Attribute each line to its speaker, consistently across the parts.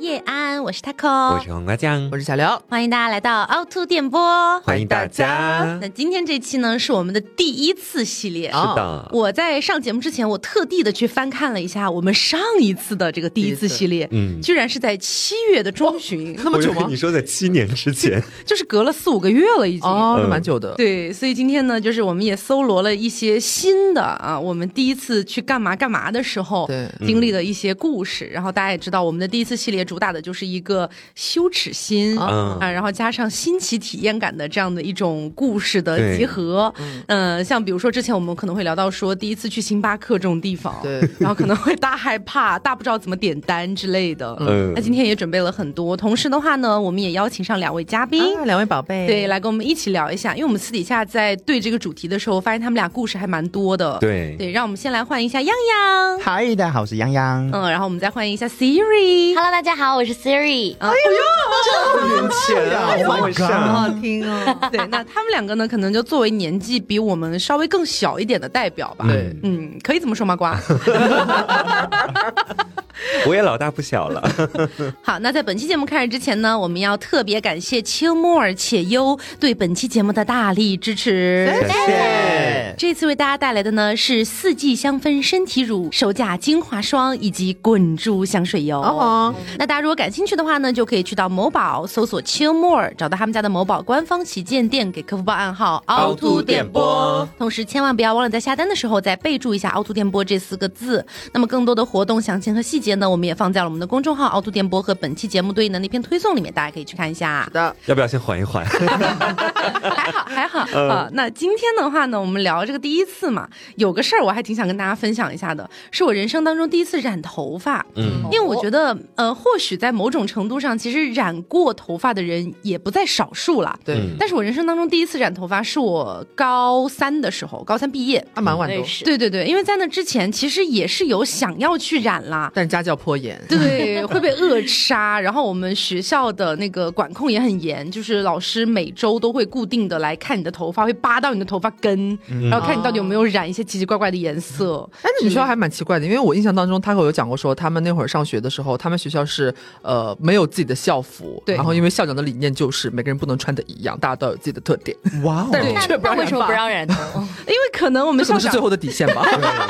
Speaker 1: 叶安，我是
Speaker 2: 我
Speaker 1: Taco，
Speaker 2: 是黄瓜酱
Speaker 3: 我，是小刘，
Speaker 1: 欢迎大家来到凹凸电波。
Speaker 2: 欢迎大家。
Speaker 1: 那今天这期呢是我们的第一次系列。
Speaker 3: 哦
Speaker 2: 是的，
Speaker 1: 我在上节目之前，我特地的去翻看了一下我们上一次的这个第一次系列，
Speaker 2: 嗯，
Speaker 1: 居然是在七月的中旬，
Speaker 3: 那么久
Speaker 2: 我以为
Speaker 3: 吗
Speaker 2: 你？说在七年之前，
Speaker 1: 就是隔了四五个月了已经。
Speaker 3: 哦，那
Speaker 2: 嗯
Speaker 3: 蛮久的。
Speaker 1: 对，所以今天呢，就是我们也搜罗了一些新的啊，我们第一次去干嘛干嘛的时候，
Speaker 3: 对
Speaker 1: 经历的一些故事。然后大家也知道，我们的第一次系列主打的就是一个羞耻心、
Speaker 2: 嗯
Speaker 1: 啊，然后加上新奇体验感的这样的一种故事的集合。嗯、像比如说之前我们可能会聊到说，第一次去星巴克这种地方，
Speaker 3: 对，
Speaker 1: 然后可能会大害怕，大不知道怎么点单之类的。
Speaker 2: 嗯
Speaker 1: 那今天也准备了很多，同时的话呢，我们也邀请上两位嘉宾。
Speaker 3: 啊，两位宝贝，
Speaker 1: 对，，来跟我们一起聊一下，因为我们私底下在对这个主题的时候，发现他们俩故事还蛮多的。
Speaker 2: 对
Speaker 1: 对，让我们先来欢迎一下样样，
Speaker 4: 嗨，大家好，我是洋洋。
Speaker 1: 嗯，然后我们再欢迎一下 Siri。嗯
Speaker 5: Hello，大家好，我是 Siri。
Speaker 2: 六年前
Speaker 4: 哎
Speaker 2: 啊，怎么回事啊？
Speaker 3: 好听哦。
Speaker 1: 嗯对，那他们两个呢，可能就作为年纪比我们稍微更小一点的代表吧。
Speaker 3: 对
Speaker 1: 嗯，可以这么说吗？瓜。
Speaker 2: 我也老大不小了，
Speaker 1: 好，那在本期节目开始之前呢，我们要特别感谢清末儿且优对本期节目的大力支持。
Speaker 2: 谢谢。
Speaker 1: 这次为大家带来的呢是四季香氛身体乳、手甲精华霜以及滚珠香水油。
Speaker 3: 哦，
Speaker 1: 那大家如果感兴趣的话呢，就可以去到某宝搜索 Chill More，找到他们家的某宝官方旗舰店，给客服报暗号
Speaker 2: 凹凸电波。
Speaker 1: 同时，千万不要忘了在下单的时候再备注一下“凹凸电波”这四个字。那么，更多的活动详情和细节呢，我们也放在了我们的公众号“凹凸电波”和本期节目对应的那篇推送里面，大家可以去看一下
Speaker 3: 好。的，
Speaker 2: 要不要先缓一缓？
Speaker 1: 还好，还好啊、那今天的话呢，我们聊这个第一次嘛，有个事儿我还挺想跟大家分享一下的，是我人生当中第一次染头发。
Speaker 2: 嗯，
Speaker 1: 因为我觉得，呃，或许在某种程度上，其实染过头发的人也不在少数啦。
Speaker 3: 对，
Speaker 1: 但是我人生当中第一次染头发是我高三的时候，高三毕业。
Speaker 3: 还蛮晚
Speaker 5: 我
Speaker 3: 的
Speaker 5: 也
Speaker 3: 哦，
Speaker 5: 是，
Speaker 1: 对对对，因为在那之前其实也是有想要去染啦，
Speaker 3: 但是家教颇严。
Speaker 1: 对，会被扼杀。然后我们学校的那个管控也很严，就是老师每周都会固定的来看你的头发，会扒到你的头发根，然后看你到底有没有染一些奇奇怪怪的颜色。
Speaker 3: 哎，那你们学校还蛮奇怪的，因为我印象当中，他给我有讲过说，他们那会儿上学的时候，他们学校是呃没有自己的校服，
Speaker 1: 对
Speaker 3: 然后因为校长的理念就是每个人不能穿的一样，大家都要有自己的特点，
Speaker 4: 哇哦，
Speaker 3: 但是
Speaker 5: 那
Speaker 3: 却不
Speaker 5: 那
Speaker 3: 让
Speaker 5: 为什么不
Speaker 3: 染发？
Speaker 5: 让染头？
Speaker 1: 因为可能我们
Speaker 3: 这
Speaker 1: 校
Speaker 3: 可能是
Speaker 1: 长
Speaker 3: 最后的底线 吧。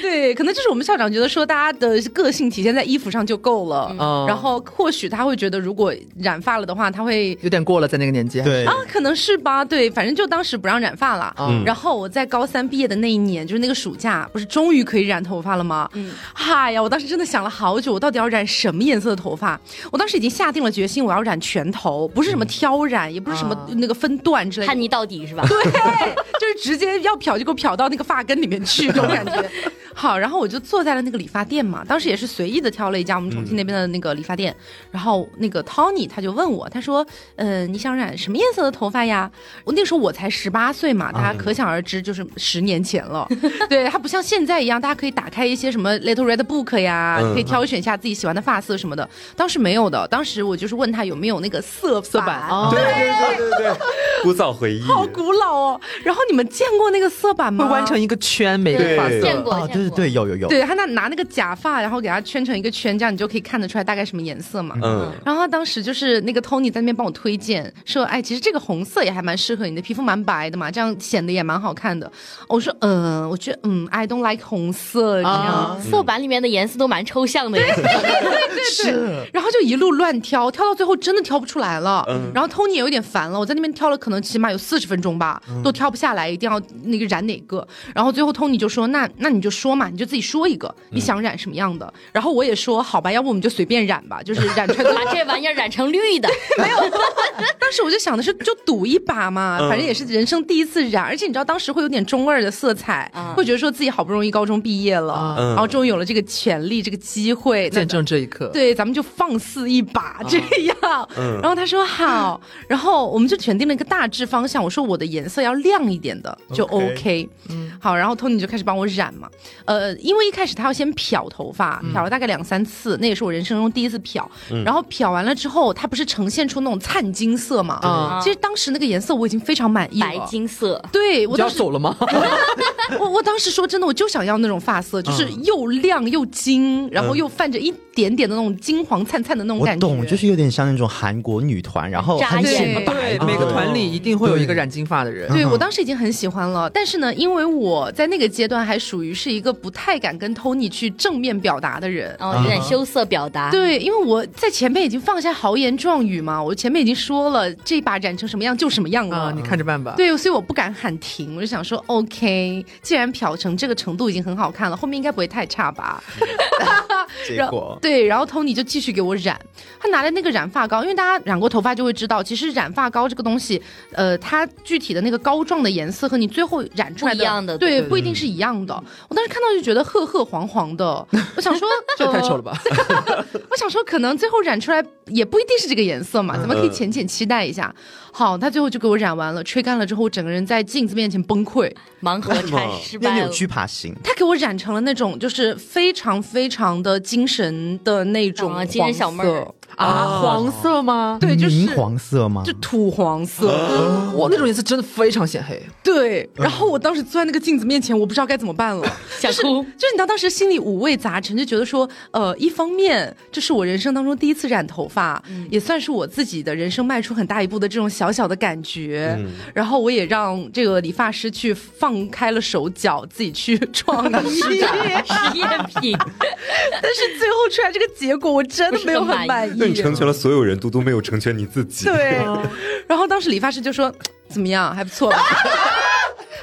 Speaker 1: 对，可能就是我们校长觉得说大家的个性体现在衣服上就够了，
Speaker 3: 嗯
Speaker 1: 然后或许他会觉得如果染发了的话，他会
Speaker 3: 有点过了，在那个年纪。，
Speaker 4: 对
Speaker 1: 啊，可能是吧，对，反正就当时不让染发了。
Speaker 3: 嗯
Speaker 1: 然后我在高三毕业的那一年，就是那个暑假，不是终于可以染头发了吗？嗯，嗨呀，我当时真的想了好久，我到底要染什么颜色的头发？我当时已经下定了决心，我要染全头，不是什么挑染，也不是什么
Speaker 3: 啊
Speaker 1: 那个分段之类的
Speaker 5: 叛，逆到底是吧？
Speaker 1: 对，就是直接要漂就给我漂到那个发根里面去，这种感 觉。好，然后我就坐在了那个理发店嘛，当时也是随意的挑了一家我们重庆那边
Speaker 2: 嗯
Speaker 1: 的那个理发店，然后那个 Tony 他就问我，他说，呃，你想染什么颜色的头发呀？我那时候我才十八岁嘛，大家可
Speaker 2: 嗯
Speaker 1: 想而知，就是十年前了。对，它不像现在一样，大家可以打开一些什么 Little Red Book 呀，
Speaker 2: 嗯
Speaker 1: 可以挑选一下自己喜欢的发色什么的。当时没有的，当时我就是问他有没有那个色
Speaker 3: 色板哦
Speaker 2: 对对对对对，古早回忆，嗯
Speaker 1: 好古老哦。然后你们见过那个色板
Speaker 3: 会
Speaker 1: 吗？
Speaker 3: 弯成一个圈，每
Speaker 2: 对
Speaker 3: 个发色。
Speaker 5: 见过
Speaker 4: 哦，对对对，有有有，
Speaker 1: 对他那拿那个假发，然后给它圈成一个圈，这样你就可以看得出来大概什么颜色嘛。
Speaker 2: 嗯，
Speaker 1: 然后他当时就是那个 Tony 在那边帮我推荐，说：“哎，其实这个红色也还蛮适合你的，皮肤蛮白的嘛，这样显得也蛮好看的。”我说：“嗯、我觉得嗯，I don't like 红色，这样。
Speaker 3: 啊
Speaker 5: 色板里面的颜色都蛮抽象的，
Speaker 4: 是
Speaker 1: 然后就一路乱挑，挑到最后真的挑不出来了。
Speaker 2: 嗯
Speaker 1: 然后 Tony 也有点烦了，我在那边挑了，可能起码有四十分钟吧，
Speaker 2: 嗯
Speaker 1: 都挑不下来，一定要那个染哪个。然后最后 Tony 就说：“那那你就说嘛，你就自己说一个，
Speaker 2: 嗯
Speaker 1: 你想染什么样的。然后我也说：“好吧，要不我们就随便染吧，就是染 出来
Speaker 5: 把这玩意儿染成 绿的，
Speaker 1: 当时我就想的是，就赌一把嘛，
Speaker 2: 嗯
Speaker 1: 反正也是人生第一次染，而且你知道当时会有点中二的色彩，
Speaker 5: 啊
Speaker 1: 会觉得说自己好不容易高中毕业了，
Speaker 2: 嗯
Speaker 1: 然后终于有了这个权利、这个机会，那
Speaker 3: 见证这一刻。
Speaker 1: 对，咱们就放肆一把这样。靠。
Speaker 2: 啊嗯
Speaker 1: 然后他说好，然后我们就选定了一个大致方向。我说我的颜色要亮一点的就
Speaker 2: OK
Speaker 1: OK，嗯，好，然后 Tony 就开始帮我染嘛，呃，因为一开始他要先漂头发，
Speaker 2: 嗯
Speaker 1: 漂了大概两三次，那也是我人生中第一次漂。然后漂完了之后，它不是呈现出那种灿金色嘛？
Speaker 3: 嗯
Speaker 1: 其实当时那个颜色我已经非常满意了，
Speaker 5: 白金色，
Speaker 1: 对我
Speaker 3: 你就
Speaker 1: 当
Speaker 3: 要
Speaker 1: 时
Speaker 3: 走了吗？
Speaker 1: 我我当时说真的，我就想要那种发色，就是
Speaker 4: 嗯
Speaker 1: 又亮又金，然后又泛着一点点的那种金黄灿灿的那种
Speaker 4: 我
Speaker 1: 感觉。
Speaker 4: 懂，就是有点像那种韩国女团，然后
Speaker 5: 扎
Speaker 4: 很
Speaker 5: 眼
Speaker 4: 显
Speaker 5: 对
Speaker 4: 白
Speaker 3: 对，
Speaker 4: 的，
Speaker 3: 每个团里一定会有一个染金发的人。
Speaker 1: 对
Speaker 4: 嗯
Speaker 1: 我当时已经很喜欢了，但是呢，因为我在那个阶段还属于是一个不太敢跟 Tony 去正面表达的人。
Speaker 4: 哦
Speaker 3: 啊
Speaker 5: 然后哦有点羞涩表达。
Speaker 1: 对，因为我在前面已经放下豪言壮语嘛，我前面已经说了，这把染成什么样就什么样了。
Speaker 3: 啊，你看着办吧。，
Speaker 1: 对，所以我不敢喊停，我就想说，OK，既然漂成这个程度已经很好看了，后面应该不会太差吧？
Speaker 4: 结
Speaker 1: 然
Speaker 4: 果
Speaker 1: 对，然后 Tony 就继续给我染，他拿了那个染发膏，因为大家染过头发就会知道，其实染发膏这个东西，呃，它具体的那个膏状的颜色和你最后染出来
Speaker 5: 不一样的
Speaker 1: 对，
Speaker 5: 对嗯
Speaker 1: 不一定是一样的。我当时看到就觉得褐褐黄黄的，我想 说
Speaker 3: 这太丑了
Speaker 1: 吧、
Speaker 3: 吧！
Speaker 1: 我想说，可能最后染出来也不一定是这个颜色
Speaker 5: 嗯
Speaker 1: 嘛，咱们可以浅浅期待一下。好，他最后就给我染完了，吹干了之后，我整个人在镜子面前崩溃。
Speaker 5: 盲盒产失
Speaker 4: 那
Speaker 5: 败
Speaker 4: 扭
Speaker 5: 了。
Speaker 4: 曲爬行，
Speaker 1: 他给我染成了那种就是非常非常的精神的那种
Speaker 5: 啊
Speaker 1: 黄
Speaker 5: 精神小妹儿
Speaker 1: 色
Speaker 3: 啊，黄色吗？
Speaker 1: 对，就是
Speaker 4: 明黄色吗
Speaker 1: 就？土黄色，
Speaker 3: 啊哇，那种颜色真的非常显黑。
Speaker 1: 对。然后我当时坐在那个镜子面前，我不知道该怎么办了，
Speaker 5: 想哭
Speaker 1: 就是就是你知道，当时心里五味杂陈，就觉得说，呃，一方面这是我人生当中第一次染头发，也算是我自己的人生迈出很大一步的这种小小的感觉。然后我也让这个理发师去放开了手脚，自己去创意。
Speaker 5: 实验品，
Speaker 1: 但是最后出来这个结果，我真的没有很满意。
Speaker 2: 那你成全了所有人，独独没有成全你自己。
Speaker 1: 对，哦然后当时理发师就说：“怎么样，还不错吧？”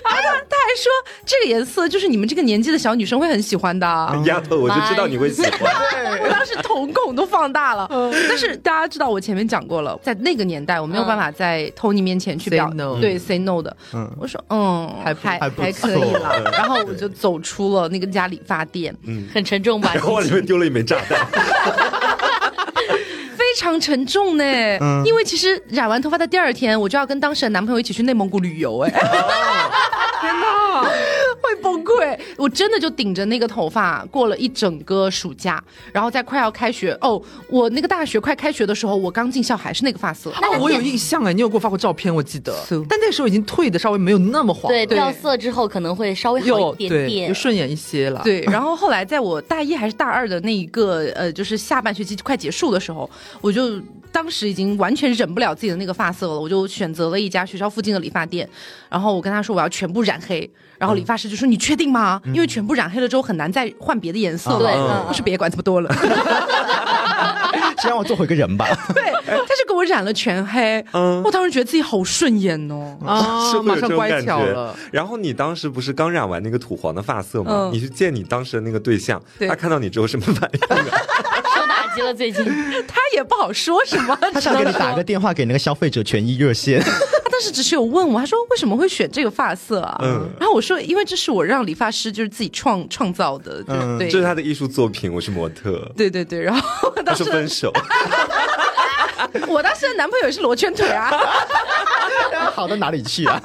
Speaker 1: 啊，他他还说这个颜色就是你们这个年纪的小女生会很喜欢的。啊
Speaker 2: 哎
Speaker 4: 嗯
Speaker 2: 丫头，我就知道你会喜欢。
Speaker 1: 我当时瞳孔都放大了，
Speaker 4: 嗯
Speaker 1: 但是大家知道我前面讲过了，在那个年代我没有办法在 Tony 面前去
Speaker 3: Say
Speaker 1: 表
Speaker 3: no
Speaker 1: 对 say no 的。
Speaker 4: 嗯，
Speaker 1: 我说嗯，
Speaker 3: 还
Speaker 1: 还
Speaker 3: 不
Speaker 1: 还
Speaker 4: 还不错
Speaker 1: 可以 了。然后我就走出了那个家理发店，
Speaker 4: 嗯
Speaker 5: 很沉 重吧？
Speaker 2: 然后往里面丢了一枚炸弹，
Speaker 1: 非常沉重呢。
Speaker 4: 嗯
Speaker 1: 因为其实染完头发的第二天，我就要跟当时的男朋友一起去内蒙古旅游，哎，
Speaker 3: 天哪！
Speaker 1: 会崩溃。我真的就顶着那个头发过了一整个暑假，然后在快要开学哦，我那个大学快开学的时候，我刚进校还是那个发色。
Speaker 3: 哦，我有印象哎，你有给我发过照片，我记得
Speaker 1: So-。
Speaker 3: 但那时候已经退的稍微没有那么黄了，
Speaker 5: 对，掉色之后可能会稍微好
Speaker 3: 又
Speaker 5: 一点
Speaker 3: 对，又
Speaker 5: 点。
Speaker 3: 顺眼一些了。，
Speaker 1: 对，然后后来在我大一还是大二的那一个呃，就是下半学期快结束的时候，我就当时已经完全忍不了自己的那个发色了，我就选择了一家学校附近的理发店，然后我跟他说我要全部染黑，然后理发师就说你确定吗？因为全部染黑了之后很难再换别的颜色了。
Speaker 5: 对嗯
Speaker 1: 我说别管这么多了。
Speaker 4: 先让我做回个 人吧。
Speaker 1: 对，他就给我染了全黑，我当时觉得自己好顺眼哦。
Speaker 2: 是会
Speaker 3: 啊，
Speaker 2: 有
Speaker 3: 马
Speaker 2: 这
Speaker 3: 上
Speaker 2: 种
Speaker 3: 乖
Speaker 2: 感
Speaker 3: 巧
Speaker 2: 觉
Speaker 3: 了。。
Speaker 2: 然后你当时不是刚染完那个土黄的发色吗？
Speaker 1: 嗯
Speaker 2: 你去见你当时的那个对象，
Speaker 1: 对
Speaker 2: 他看到你之后什么反应啊？
Speaker 5: 受打击了最近，
Speaker 1: 他也不好说什么，
Speaker 4: 他想给你打个电话给那个消费者权益热 线，
Speaker 1: 他当时只是有问我，他说为什么会选这个发色啊？
Speaker 2: 嗯
Speaker 1: 然后我说，因为这是我让理发师就是自己创创造的，就是
Speaker 4: 嗯
Speaker 1: 对、
Speaker 2: 这是他的艺术作品，我是模 特。
Speaker 1: 对对对。然后
Speaker 2: 他
Speaker 1: 当
Speaker 2: 说
Speaker 1: 时
Speaker 2: 分手，
Speaker 1: 我当时的男朋友也是裸圈腿啊，
Speaker 4: 好到哪里去 啊？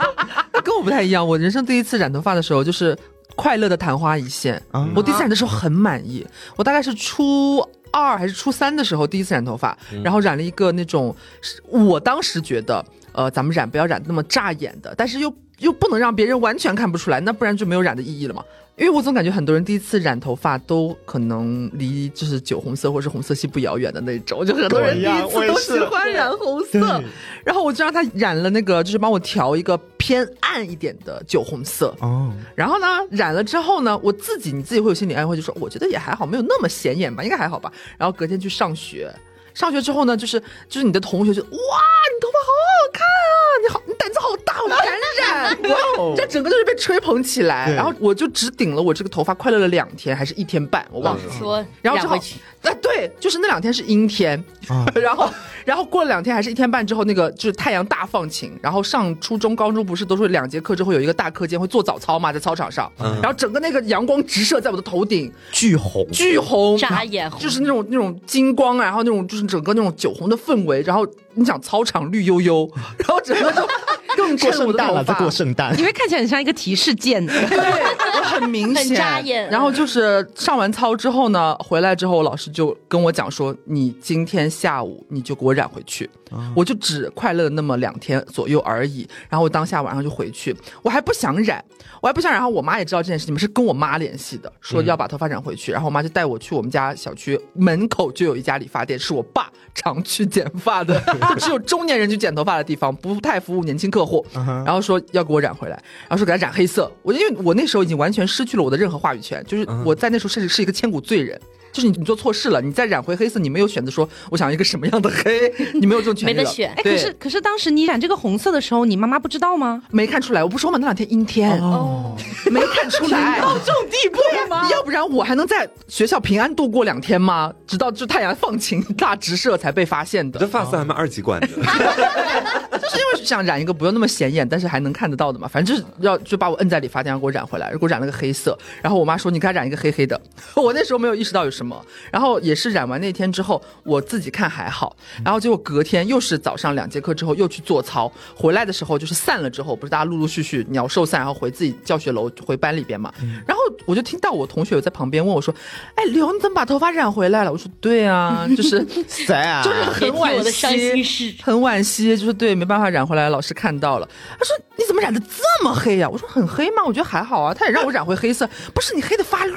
Speaker 3: 那 跟我不太一样，我人生第一次染头发的时候就是快乐的昙花一现。
Speaker 4: 啊
Speaker 3: 我第一次染的时候很满意，我大概是初二还是初三的时候第一次染头发，
Speaker 4: 嗯
Speaker 3: 然后染了一个那种，是我当时觉得，呃，咱们染不要染那么扎眼的，但是又。又不能让别人完全看不出来，那不然就没有染的意义了嘛。因为我总感觉很多人第一次染头发都可能离就是酒红色或是红色系不遥远的那种，就是很多人第
Speaker 4: 对呀
Speaker 3: 一次
Speaker 4: 我也
Speaker 3: 都
Speaker 4: 是
Speaker 3: 喜欢染红色
Speaker 4: 对。
Speaker 3: 然后我就让他染了那个，就是帮我调一个偏暗一点的酒红色。
Speaker 4: 哦，
Speaker 3: 然后呢，染了之后呢，我自己你自己会有心理安慰，就说我觉得也还好，没有那么显眼吧，应该还好吧。然后隔天去上学，上学之后呢，就是就是你的同学就哇，你头发好好看啊，你好，你胆子好大感染，
Speaker 4: 哦
Speaker 3: 这整个就是被吹捧起来。
Speaker 4: 对
Speaker 3: 然后我就只顶了我这个头发，快乐了两天还是一天半，我忘了。
Speaker 5: 说
Speaker 3: 然后
Speaker 5: 染
Speaker 3: 之
Speaker 5: 回
Speaker 3: 后
Speaker 5: 去，，
Speaker 3: 啊，对，就是那两天是阴天，
Speaker 4: 啊
Speaker 3: 然后，然后过了两天还是一天半之后，那个就是太阳大放晴，然后上初中、高中不是都说两节课之后有一个大课间会做早操嘛，在操场上，
Speaker 4: 嗯
Speaker 3: 然后整个那个阳光直射在我的头顶，
Speaker 4: 巨红，
Speaker 3: 巨红，
Speaker 5: 扎眼红
Speaker 3: 就是那种那种金光啊，然后那种就是整个那种酒红的氛围，然后你想操场绿油油，然后整个就 更
Speaker 4: 过
Speaker 3: 衬我
Speaker 4: 圣
Speaker 3: 的
Speaker 4: 诞
Speaker 3: 头
Speaker 4: 了，在
Speaker 3: 发
Speaker 4: 过，圣 诞
Speaker 1: 因。为看起来很像一个提示键，哎
Speaker 3: 对，很明显，
Speaker 5: 很扎眼
Speaker 3: 然后就是上完操之后呢，回来之后，我老师就跟我讲说，你今天下午你就给我染回去，我就只快乐那么两天左右而已。然后我当下晚上就回去，我还不想染，我还不想染。然后我妈也知道这件事情，是跟我妈联系的，说要把头发染回去。然后我妈就带我去我们家小区门口就有一家理发店，是我爸常去剪发的，就只有中年人去剪头发的地方，不太服务年轻客户。然后说要给我染回来，然后说给他染黑色。我因为我那时候已经完全失去了我的任何话语权，就是我在那时候甚至是一个千古罪人。就是你，你做错事了，你再染回黑色，你没有选择说我想要一个什么样的黑，你没有这种权利
Speaker 5: 没
Speaker 3: 了。
Speaker 5: 得选
Speaker 1: 哎，
Speaker 3: 对
Speaker 1: 可是可是当时你染这个红色的时候，你妈妈不知道吗？
Speaker 3: 没看出来，我不说嘛，那两天阴天，
Speaker 5: 哦，
Speaker 3: 没看出来。
Speaker 1: 这种地步吗？
Speaker 3: 要不然我还能在学校平安度过两天吗？直到就太阳放晴大直射才被发现
Speaker 2: 我
Speaker 3: 的
Speaker 2: 这。发色还蛮二极 管的，
Speaker 3: 就是因为想染一个不用那么显眼，但是还能看得到的嘛。反正就是要就把我摁在理发店上给我染回来，给我染了个黑色。然后我妈说你给她染一个黑黑的， 我那时候没有意识到有什么。然后也是染完那天之后，我自己看还好。然后结果隔天又是早上两节课之后又去做操，回来的时候就是散了之后，不是大家陆陆续续鸟兽散，然后回自己教学楼回班里边嘛。然后我就听到我同学有在旁边问我说：“哎，刘，你怎么把头发染回来了？”我说：“对啊，就是。”
Speaker 4: 谁啊？
Speaker 3: 就是很
Speaker 5: 别提我
Speaker 3: 惋
Speaker 5: 的伤心
Speaker 3: 惜
Speaker 5: 事，
Speaker 3: 很惋惜，就是对没办法染回来，老师看到了，他说你怎么染的这么黑呀、我说很黑吗？我觉得还好啊，他也让我染回黑色，不是你黑的发 绿，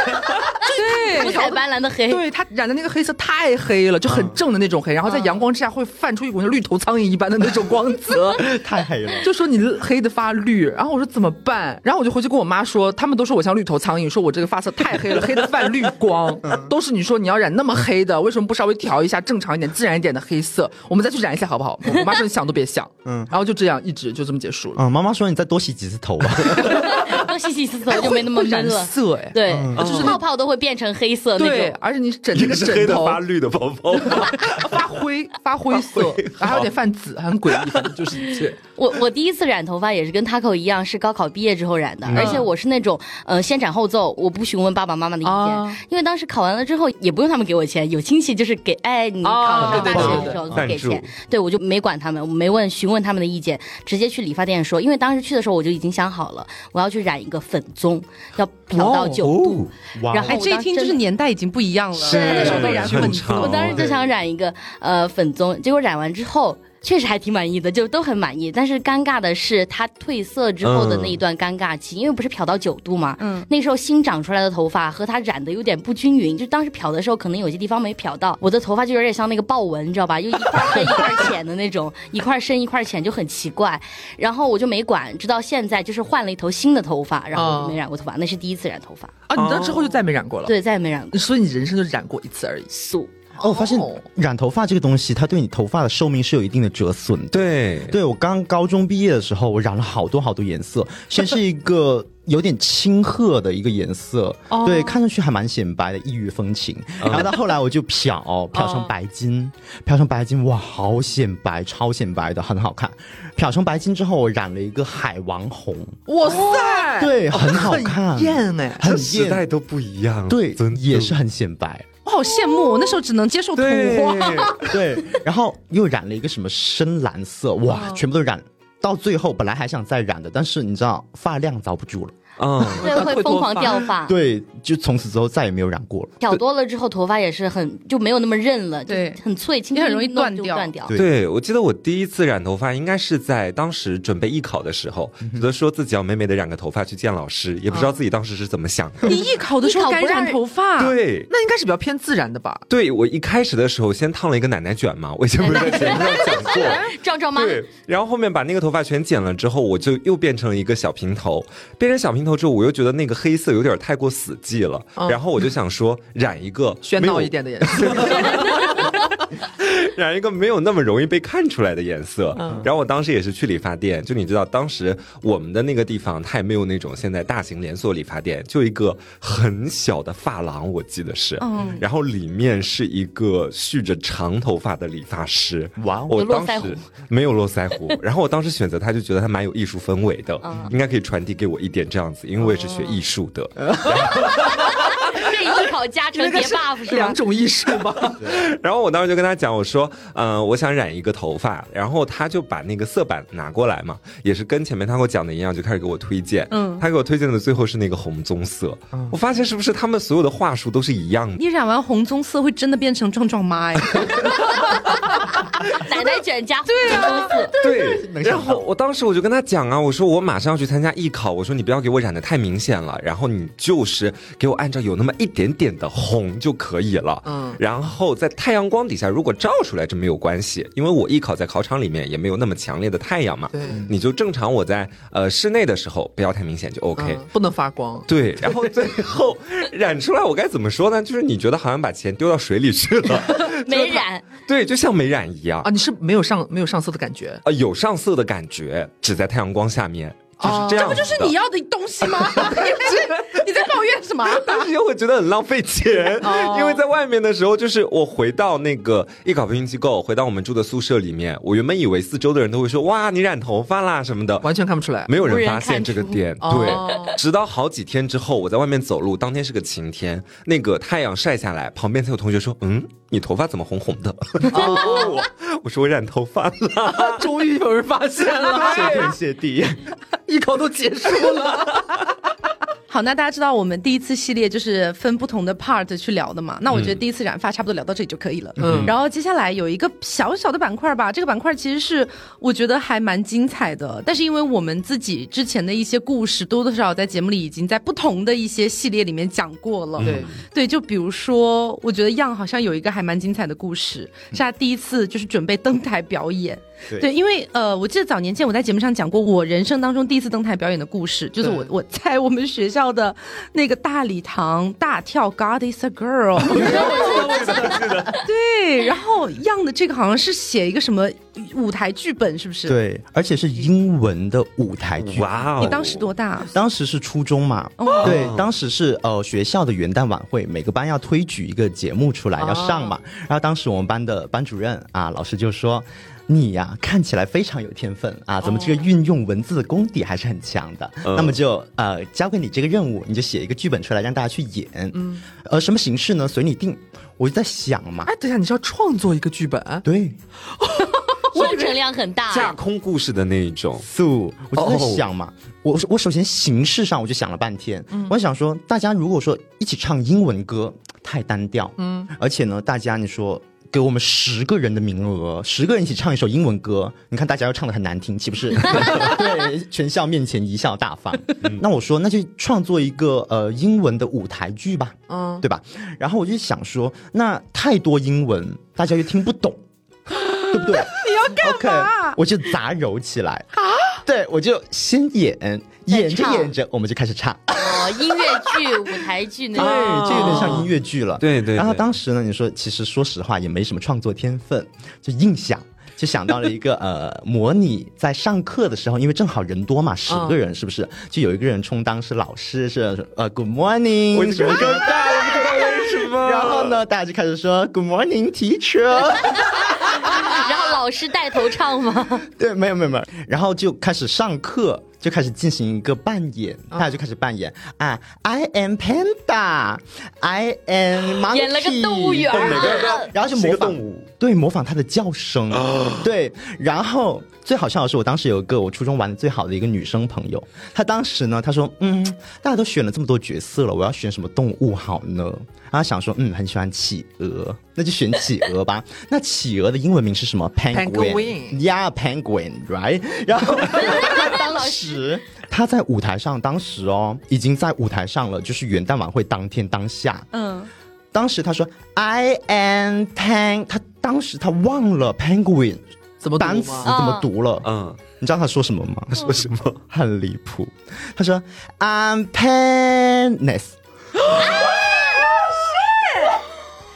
Speaker 5: 哎五彩斑斓的黑，
Speaker 3: 对他染的那个黑色太黑了，就
Speaker 5: 嗯
Speaker 3: 很正的那种黑，然后在阳光之下会泛出一股像绿头苍蝇一般的那种光泽，
Speaker 4: 太黑 了，
Speaker 3: 就说你黑的发绿，然后我说怎么办？然后我就回去跟我妈说，他们都说我像绿头苍蝇，说我这个发色太黑了，黑的泛绿光，都是你说你要染那么黑的，为什么不稍微调一下正常一点、自然一点的黑色？我们再去染一下好不好？我妈说你想都别想，嗯，然后就这样一直就这么结束了，
Speaker 1: 嗯
Speaker 4: 啊！妈妈说你再多洗几次头吧。啊
Speaker 5: 多洗洗次头就没那么
Speaker 3: 哎会
Speaker 5: 闷
Speaker 3: 染
Speaker 5: 了。
Speaker 3: 色哎，
Speaker 5: 对，
Speaker 3: 就是
Speaker 5: 泡泡都会变成黑色那
Speaker 3: 对
Speaker 5: 种，，
Speaker 3: 而且你整这
Speaker 2: 也
Speaker 3: 个
Speaker 2: 是黑
Speaker 3: 枕
Speaker 2: 的
Speaker 3: 头
Speaker 2: 发绿的包包。
Speaker 3: 发灰发灰色，还有点泛紫，很诡异，反正就是一切。
Speaker 5: 我我第一次染头发也是跟 Taco 一样，是高考毕业之后染的，而且我是那种呃先斩后奏，我不询问爸爸妈妈的意
Speaker 3: 哦
Speaker 5: 见，因为当时考完了之后也不用他们给我钱，有亲戚就是给哎你考
Speaker 3: 哦
Speaker 5: 上大
Speaker 3: 对对
Speaker 5: 学
Speaker 3: 对
Speaker 5: 的
Speaker 3: 对
Speaker 5: 时候
Speaker 2: 对
Speaker 5: 给
Speaker 2: 赞助
Speaker 5: 钱，对我就没管他们，我没问询问他们的意见，直接去理发店说，因为当时去的时候我就已经想好了，我要去染一个粉棕，要漂到九度，
Speaker 4: 哇
Speaker 5: 然后
Speaker 1: 哎，这一听就是年代已经不一样了，
Speaker 5: 是
Speaker 1: 那时候被染粉
Speaker 2: 很
Speaker 1: 色
Speaker 2: 长
Speaker 5: 我当时就想染一个呃粉棕，结果染完之后确实还挺满意的，就都很满意。但是尴尬的是，它褪色之后的那一段尴尬期，因为不是漂到九度嘛，
Speaker 1: 嗯，
Speaker 5: 那时候新长出来的头发和它染的有点不均匀，就当时漂的时候可能有些地方没漂到，我的头发就有点像那个豹纹，你知道吧？就一块深一块浅的那种，一块深一块浅就很奇怪。然后我就没管，直到现在就是换了一头新的头发，然后我就没染过头发，那哦是第一次染头发，
Speaker 3: 啊，你到之后就再没染过了，
Speaker 5: 对，再也没染过
Speaker 3: 所以你人生就染过一次而已。
Speaker 5: 素。
Speaker 4: 哦，我发现染头发这个东西，它对你头发的寿命是有一定的折损的。
Speaker 2: 对，
Speaker 4: 对我刚高中毕业的时候，我染了好多好多颜色，先是一个有点青褐的一个颜色，
Speaker 2: 哦
Speaker 4: 对，看上去还蛮显白的，异域风情。
Speaker 2: 嗯
Speaker 4: 然后到后来我就 漂漂
Speaker 2: 哦
Speaker 4: 成白金，漂成白金，哇，好显白，超显白的，很好看。漂成白金之后，我染了一个海王红，
Speaker 3: 哇
Speaker 2: 哎
Speaker 3: 塞，
Speaker 4: 对，
Speaker 2: 哦
Speaker 4: 哦很好看，
Speaker 3: 很艳哎，
Speaker 4: 很
Speaker 2: 时代
Speaker 4: 艳，
Speaker 2: 都不一样，
Speaker 4: 对
Speaker 2: 真，的
Speaker 4: 也是很显白。
Speaker 1: 我好羡慕，我那时候只能接受土
Speaker 2: 对
Speaker 1: 花。
Speaker 4: 对，然后又染了一个什么深蓝色，哇，全部都染。到最后，本来还想再染的，但是你知道发量遭不住了，
Speaker 2: 嗯，
Speaker 5: 对，会疯狂掉发。
Speaker 4: 对，就从此之后再也没有染过了。
Speaker 5: 挑多了之后，头发也是很就没有那么韧了，就
Speaker 1: 对
Speaker 5: 很脆，轻轻
Speaker 1: 也很容易
Speaker 5: 一弄
Speaker 1: 断
Speaker 5: 就
Speaker 1: 掉
Speaker 5: 断掉。
Speaker 4: 对
Speaker 2: 对，我记得我第一次染头发应该是在当时准备艺考的时候，
Speaker 4: 嗯
Speaker 2: 觉得说自己要美美的染个头发去见老师，也不知道自己当时是怎么想 的。
Speaker 1: 你艺考的时候
Speaker 5: 艺考
Speaker 1: 敢
Speaker 5: 不让
Speaker 1: 染头发，
Speaker 2: 对，
Speaker 3: 那应该是比较偏自然的吧？
Speaker 2: 对我一开始的时候先烫了一个奶奶卷嘛，我以前不是在节目上讲过，
Speaker 5: 壮哎壮妈，
Speaker 2: 对，然后后面把那个头发全剪了之后，我就又变成了一个小平头。变成小平头之后，我又觉得那个黑色有点太过死寂了，
Speaker 3: 嗯
Speaker 2: 然后我就想说染一个
Speaker 3: 喧
Speaker 2: 没有
Speaker 3: 闹一点的颜色，
Speaker 2: 染一个没有那么容易被看出来的颜色。
Speaker 5: 嗯
Speaker 2: 然后我当时也是去理发店，就你知道，当时我们的那个地方它也没有那种现在大型连锁理发店，就一个很小的发廊，我记得是，
Speaker 1: 嗯
Speaker 2: 然后里面是一个蓄着长头发的理发师。
Speaker 4: 哇哦，
Speaker 2: 我
Speaker 5: 有络
Speaker 2: 当
Speaker 5: 腮
Speaker 2: 时
Speaker 5: 胡
Speaker 2: 没有络腮胡，然后我当时选择他就觉得他蛮有艺术氛围的，
Speaker 5: 嗯哦
Speaker 2: 应该可以传递给我一点这样子，因为我也是学艺术的。
Speaker 5: 这艺考加成叠 buff 是 吧
Speaker 3: 两？种艺术吧。
Speaker 2: 然后我当时就跟他讲，我说，嗯、我想染一个头发，然后他就把那个色板拿过来嘛，也是跟前面他给我讲的一样，就开始给我推荐。
Speaker 1: 嗯
Speaker 2: 他给我推荐的最后是那个红棕色，我发现是不是他们所有的话术都是一样的？
Speaker 1: 你染完红棕色会真的变成壮壮妈 哎，
Speaker 5: 奶奶卷加对啊，
Speaker 2: 对
Speaker 4: 能
Speaker 2: 然
Speaker 4: 想到
Speaker 2: 后我当时我就跟他讲啊，我说我马上要去参加艺考，我说你不要给我染的太明显了，然后你就是给我按照有那么一点点的红就可以了。
Speaker 3: 嗯
Speaker 2: 然后在太阳光底下如果照出来这没有关系，因为我艺考在考场里面也没有那么强烈的太阳嘛。
Speaker 3: 对，
Speaker 2: 你就正常我在呃室内的时候不要太明显就 OK。
Speaker 3: 嗯不能发光。
Speaker 2: 对，然后最后染出来，我该怎么说呢？就是你觉得好像把钱丢到水里去了，
Speaker 5: 没染，
Speaker 2: 对，就像没染一样
Speaker 3: 啊，
Speaker 2: 啊、
Speaker 3: 你是没有上没有上色的 感觉，
Speaker 2: 呃有上色的感觉，只在太阳光下面，就是
Speaker 3: 哦
Speaker 2: 这样、子
Speaker 1: 就是你啊
Speaker 2: 要，
Speaker 1: 要的东西吗？ 你这你在抱怨什么？
Speaker 2: 但是又会觉得很浪费钱， 因为在外面的时候，就是我回到那个艺考培训机构，回到我们住的宿舍里面，我原本以为四周的人都会说哇，你染头发啦什么的，
Speaker 3: 完全看不出 来。
Speaker 2: 没有
Speaker 5: 无
Speaker 2: 人
Speaker 5: 人
Speaker 2: 发现
Speaker 5: 看
Speaker 2: 这个
Speaker 5: 出
Speaker 2: 点，
Speaker 3: 哦
Speaker 2: 对，直到好几天之后，我在外面走路，当天是个晴天，那个太阳晒下来，旁边才有同学说：“嗯，你头发怎么红红的？”我 我说我染头发了，
Speaker 3: 终于有人发现
Speaker 4: 谢
Speaker 3: 了，
Speaker 4: 天谢地，
Speaker 3: 艺考都结束了。
Speaker 1: 好，那大家知道我们第一次系列就是分不同的 part 去聊的嘛？那我觉得第一次染发差不多聊到这里就可以了。
Speaker 3: 嗯
Speaker 1: 然后接下来有一个小小的板块吧，这个板块其实是我觉得还蛮精彩的，但是因为我们自己之前的一些故事多多少少在节目里已经在不同的一些系列里面讲过了。
Speaker 3: 对，
Speaker 1: 对，就比如说，我觉得样好像有一个还蛮精彩的故事，是他第一次就是准备登台表演。
Speaker 2: 对
Speaker 1: 因为呃，我记得早年间我在节目上讲过我人生当中第一次登台表演的故事，就是我
Speaker 3: 对
Speaker 1: 我在我们学校的那个大礼堂大跳《God Is a Girl》。对，然后样的这个好像是写一个什么舞台剧本，是不是？。
Speaker 4: 对，而且是英文的舞台剧。
Speaker 2: 哇哦！
Speaker 1: 你当时多大？
Speaker 4: 当时是初中嘛，对，当时是呃学校的元旦晚会，每个班要推举一个节目出来、要上嘛。然后当时我们班的班主任啊，老师就说。你呀、看起来非常有天分啊，咱们这个运用文字的功底还是很强的。那么就呃交给你这个任务，你就写一个剧本出来让大家去演。嗯，呃，什么形式呢？随你定。我就在想嘛，
Speaker 3: 哎，等一下，你是要创作一个剧本？
Speaker 4: 对，
Speaker 5: 工程量很大。
Speaker 2: 哦架空故事的那一种，
Speaker 4: 素，我就在
Speaker 2: 哦
Speaker 4: 想嘛，我我首先形式上我就想了半天，我想说，大家如果说一起唱英文歌，太单调，嗯，而且呢，大家你说。给我们十个人的名额，十个人一起唱一首英文歌，你看大家要唱的很难听，岂不是？对，全校面前一笑大方。那我说，那就创作一个呃英文的舞台剧吧，
Speaker 3: 嗯，
Speaker 4: 对吧？然后我就想说，那太多英文，大家又听不懂，对不对？你要干嘛 o k 我就杂糅起来啊！对，我就先演，演着
Speaker 5: 唱
Speaker 4: 演着，我们就开始唱，
Speaker 5: 哦，音乐剧、舞台剧那
Speaker 4: 对，
Speaker 5: 种。
Speaker 4: 就有点像音乐剧了。
Speaker 2: 对对对
Speaker 4: 然后当时呢，你说其实说实话也没什么创作天分，就硬想。就想到了 一个呃，模拟在上课的时候，因为正好人多嘛，十个人是不是？就有一个人充当是老师，是呃，Good morning，
Speaker 2: 我就
Speaker 4: 什么
Speaker 2: 觉得
Speaker 4: 什么
Speaker 2: 尴尬，我不知道为什么。
Speaker 4: 然后？呢，大家就开始说 Good morning, teacher。
Speaker 5: 然后老师带头唱吗？
Speaker 4: 对，没有没有没有，然后就开始上课，就开始进行一个扮演，
Speaker 5: 哦
Speaker 4: 大家就开始扮演啊，I am panda，I am monkey，
Speaker 5: 演了个动物园
Speaker 4: 对
Speaker 5: 儿
Speaker 1: 啊
Speaker 4: 然后就是
Speaker 2: 一
Speaker 4: 模
Speaker 2: 个
Speaker 4: 仿
Speaker 2: 动物，
Speaker 4: 对，模仿它的叫声，对，然后最好笑的是，我当时有一个我初中玩的最好的一个女生朋友，她当时呢，她说，嗯，大家都选了这么多角色了，我要选什么动物好呢？然后她想说，嗯，很喜欢企鹅，那就选企鹅吧。那企鹅的英文名是什么
Speaker 3: Penguin
Speaker 4: ？Penguin，Yeah, penguin，right？然后
Speaker 5: 当老
Speaker 4: 当
Speaker 5: 师
Speaker 4: 时她在舞台上，当时哦，已经在舞台上了，就是元旦晚会当天当下，
Speaker 1: 嗯，
Speaker 4: 当时他说 I am pan，他当时他忘了 penguin
Speaker 3: 怎么读
Speaker 4: 单词
Speaker 3: 吗
Speaker 4: 怎么读了？
Speaker 2: 嗯，
Speaker 4: 你知道他说什么吗？
Speaker 2: 他说什么？
Speaker 4: 很离谱，他说 I'm painless。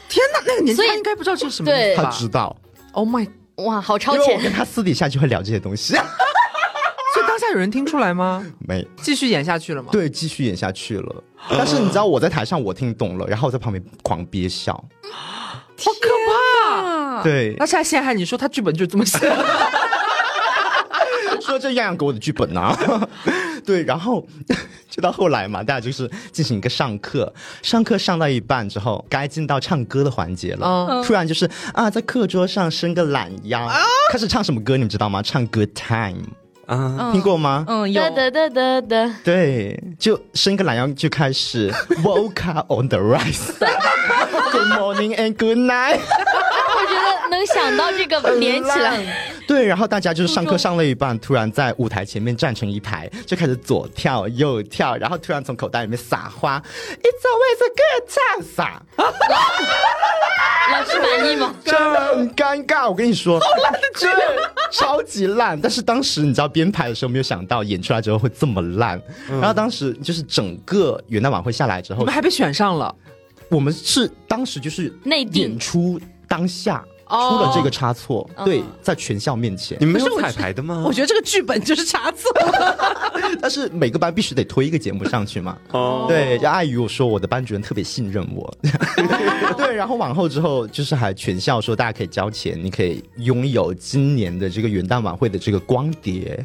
Speaker 3: 天哪，那个年纪
Speaker 5: 所以
Speaker 3: 他应该不知道这是什么
Speaker 5: 对
Speaker 3: 意思
Speaker 4: 他
Speaker 3: 吧
Speaker 4: 知道，
Speaker 3: ？Oh my！
Speaker 5: 哇，好超
Speaker 4: 因为我
Speaker 5: 前
Speaker 4: 跟他私底下就会聊这些 东西。
Speaker 3: 所以当下有人听出来吗？
Speaker 4: 没
Speaker 3: 继续演下去了吗？，
Speaker 4: 对，继续演下去了。但是你知道我在台上我听懂了，然后我在旁边狂憋笑。
Speaker 3: 好可怕！
Speaker 1: 啊，
Speaker 4: 对
Speaker 3: 那，现在陷害你说他剧本就这么写，
Speaker 4: 说这样给我的剧本啊。 对，然后 就到后来嘛，大家就是进行一个上课，上课上到一半之后，该进到唱歌的环节了。
Speaker 3: 嗯
Speaker 4: 突然就是啊，在课桌上伸个懒腰，
Speaker 1: 啊
Speaker 4: 开始唱什么歌，你们知道吗？唱《Good Time
Speaker 2: 啊，》，
Speaker 1: 嗯
Speaker 4: 听过吗？
Speaker 1: 嗯，有
Speaker 5: 哒哒哒哒哒，
Speaker 4: 对，就伸个懒腰就开始 Woke up on the rise。Good morning and good night。
Speaker 5: 我觉得能想到这个连起来，
Speaker 4: 对，然后大家就是上课上了一半，突然在舞台前面站成一排，就开始左跳右跳，然后突然从口袋里面撒花，It's always a good time，撒，
Speaker 5: 老师满意吗？
Speaker 4: 真尴尬。我跟你说，好烂的剧， 超级烂。但是当时你知道编排的时候没有想到演出来之后会这么烂，然后当时就是整个元旦晚会下来之
Speaker 3: 我
Speaker 4: 后
Speaker 3: 们，还被选上了。
Speaker 4: 我们是当时就是
Speaker 5: 内定
Speaker 4: 演出当下。出
Speaker 3: 哦
Speaker 4: 了这个差错，
Speaker 5: 嗯
Speaker 4: 对，在全校面前
Speaker 2: 你，们没有彩排的吗？
Speaker 1: 我觉得这个剧本就是差错。
Speaker 4: 但是每个班必须得推一个节目上去嘛，
Speaker 2: 哦，
Speaker 4: 对，就碍于我说我的班主任特别信任我， 对，然后往后之后就是还全校说大家可以交钱，你可以拥有今年的这个元旦晚会的这个光碟。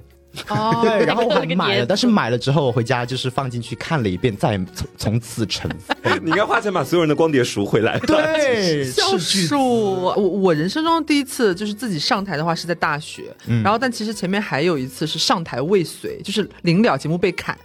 Speaker 3: 哦
Speaker 4: 对，然后我还
Speaker 5: 那个
Speaker 4: 买
Speaker 5: 碟
Speaker 4: 了，
Speaker 5: 子
Speaker 4: 但是买了之后我回家就是放进去看了一遍，再也从从此尘封。
Speaker 2: 你应该花钱把所有人的光碟赎回来。
Speaker 4: 对，
Speaker 3: 教
Speaker 4: 是剧
Speaker 3: 授，我我人生中第一次就是自己上台的话是在大学，然后但其实前面还有一次是上台未遂，就是临了节目被砍，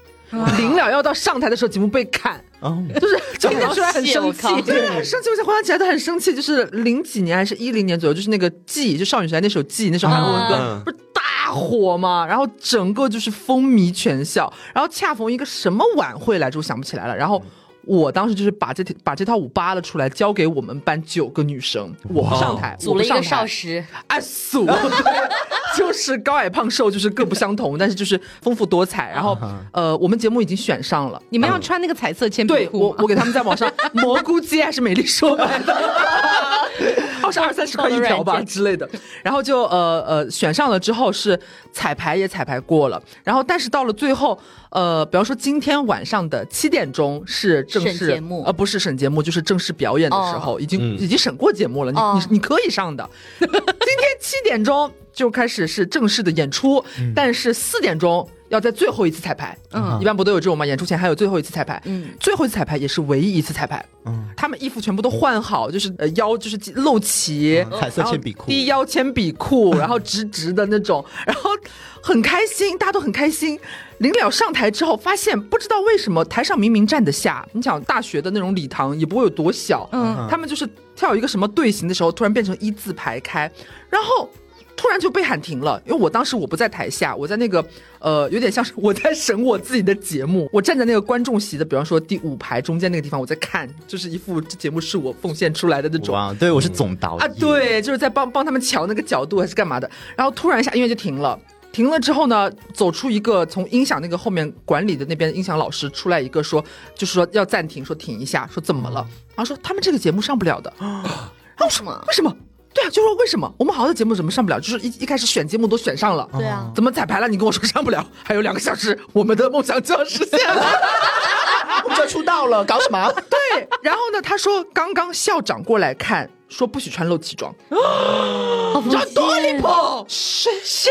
Speaker 3: 临了要到上台的时候节目被 砍，
Speaker 4: 哦，
Speaker 3: 就是这一点出来很生
Speaker 5: 我靠
Speaker 3: 气，对，啊很生气，我现在回想起来都很生气。就是零几年还是一零年左右，就是那个《G》，就少女时代那首《G》，那首韩文 歌、
Speaker 5: 啊
Speaker 2: 嗯
Speaker 3: 不是大火嘛，然后整个就是风靡全校，然后恰逢一个什么晚会来着，我想不起来了，然后。我当时就是把这把这套舞扒了出来，交给我们班九个女生，我不上 台，
Speaker 5: 哦组了一
Speaker 3: 我
Speaker 5: 个
Speaker 3: 不上台
Speaker 5: 少时，
Speaker 3: 啊，俗， 就是高矮胖瘦就是各不相同，但是就是丰富多彩。然后呃，我们节目已经选上了，
Speaker 1: 你们要穿那个彩色铅笔
Speaker 3: 对
Speaker 1: 裤
Speaker 3: 我
Speaker 1: 吗，，
Speaker 3: 我给他们在网 上蘑菇街还是美丽说买的，二十二三十块一条
Speaker 5: 高
Speaker 3: 吧
Speaker 5: 端软件
Speaker 3: 之类的。然后就呃呃选上了之后是彩排也彩排过了，然后但是到了最后呃，比方说今天晚上的七点钟是正
Speaker 5: 审
Speaker 3: 式
Speaker 5: 节目
Speaker 3: 呃不是审节目就是正式表演的时候，已经、已经审过节目了，你、
Speaker 5: 哦
Speaker 3: 你你可以上的。今天七点钟就开始是正式的演出，但是四点钟。要在最后一次彩排，嗯，一般不都有这种吗？演出前还有最后一次彩排，
Speaker 5: 嗯，
Speaker 3: 最后一次彩排也是唯一一次彩排，嗯，他们衣服全部都换好，就是呃腰就是露脐，
Speaker 4: 彩色铅笔裤
Speaker 3: 然后低腰铅笔 裤，然后直直的那种，然后很开心，大家都很开心。临了上台之后，发现不知道为什么台上明明站得下，你想大学的那种礼堂也不会有多小，嗯，他们就是跳一个什么队形的时候，突然变成一字排开，然后。突然就被喊停了，因为我当时我不在台下，我在那个呃，有点像是我在审我自己的节目，我站在那个观众席的，比方说第五排中间那个地方，我在看，就是一副这节目是我奉献出来的那种。
Speaker 4: 哇，对我是总导
Speaker 3: 啊，
Speaker 4: 演，，
Speaker 3: 对，就是在帮帮他们瞧那个角度还是干嘛的，然后突然一下音乐就停了。停了之后呢，走出一个从音响那个后面管理的那边音响老师出来一个说，就是说要暂停，说停一下，说怎么
Speaker 4: 嗯
Speaker 3: 了？然后说他们这个节目上不了的，
Speaker 5: 为什么？
Speaker 3: 为什么？对啊，就说为什么我们好的节目怎么上不了？就是一一开始选节目都选上了，
Speaker 4: 嗯
Speaker 5: 对啊，
Speaker 3: 怎么彩排了？你跟我说上不了，还有两个小时，我们的梦想就要实现了。
Speaker 4: 我 们就要出道了，搞什么？
Speaker 3: 对，然后呢，他说刚刚校长过来看，说不许穿露脐装，
Speaker 5: 好
Speaker 3: 你知道多离谱？是是，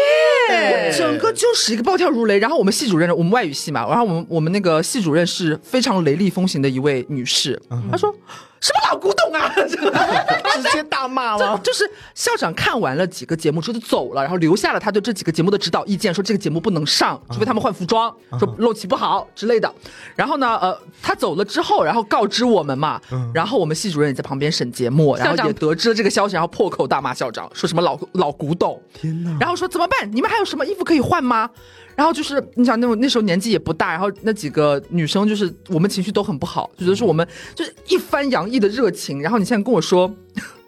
Speaker 3: 整个就是一个暴跳如雷。然后我们系主任，我们外语系嘛，然后我们我们那个系主任是非常雷厉风行的一位女士，
Speaker 1: 嗯
Speaker 3: 她说什么老古董啊，
Speaker 4: 直接大骂
Speaker 3: 就
Speaker 1: 啊
Speaker 4: 了。
Speaker 3: 就是校长看完了几个节目之后就走了，然后留下了他对这几个节目的指导意见，说这个节目不能上，
Speaker 1: 嗯
Speaker 3: 除非他们换服装，说露脐不好之类的。然后呢，呃，他走了之后，然后告知我们嘛，然后我们系主任也在旁边审节目，
Speaker 1: 嗯
Speaker 3: 然
Speaker 1: 校
Speaker 3: 后
Speaker 1: 长
Speaker 3: 也得知了这个消息，然后破口大骂校长，说什么老老古董，天哪！然后说怎么办？你们还有什么衣服可以换吗？然后就是你想那种那时候年纪也不大，然后那几个女生就是我们情绪都很不好，就觉得是我们就是一番洋溢的热情，然后你现在跟我说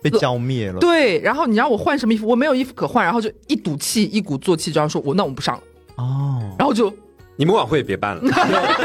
Speaker 4: 被浇灭了。
Speaker 3: 对，然后你让我换什么衣服，我没有衣服可换，然后就一赌气，一鼓作气，就要说我那我不上了，
Speaker 4: 哦，
Speaker 3: 然后就
Speaker 2: 你们晚会也别办了，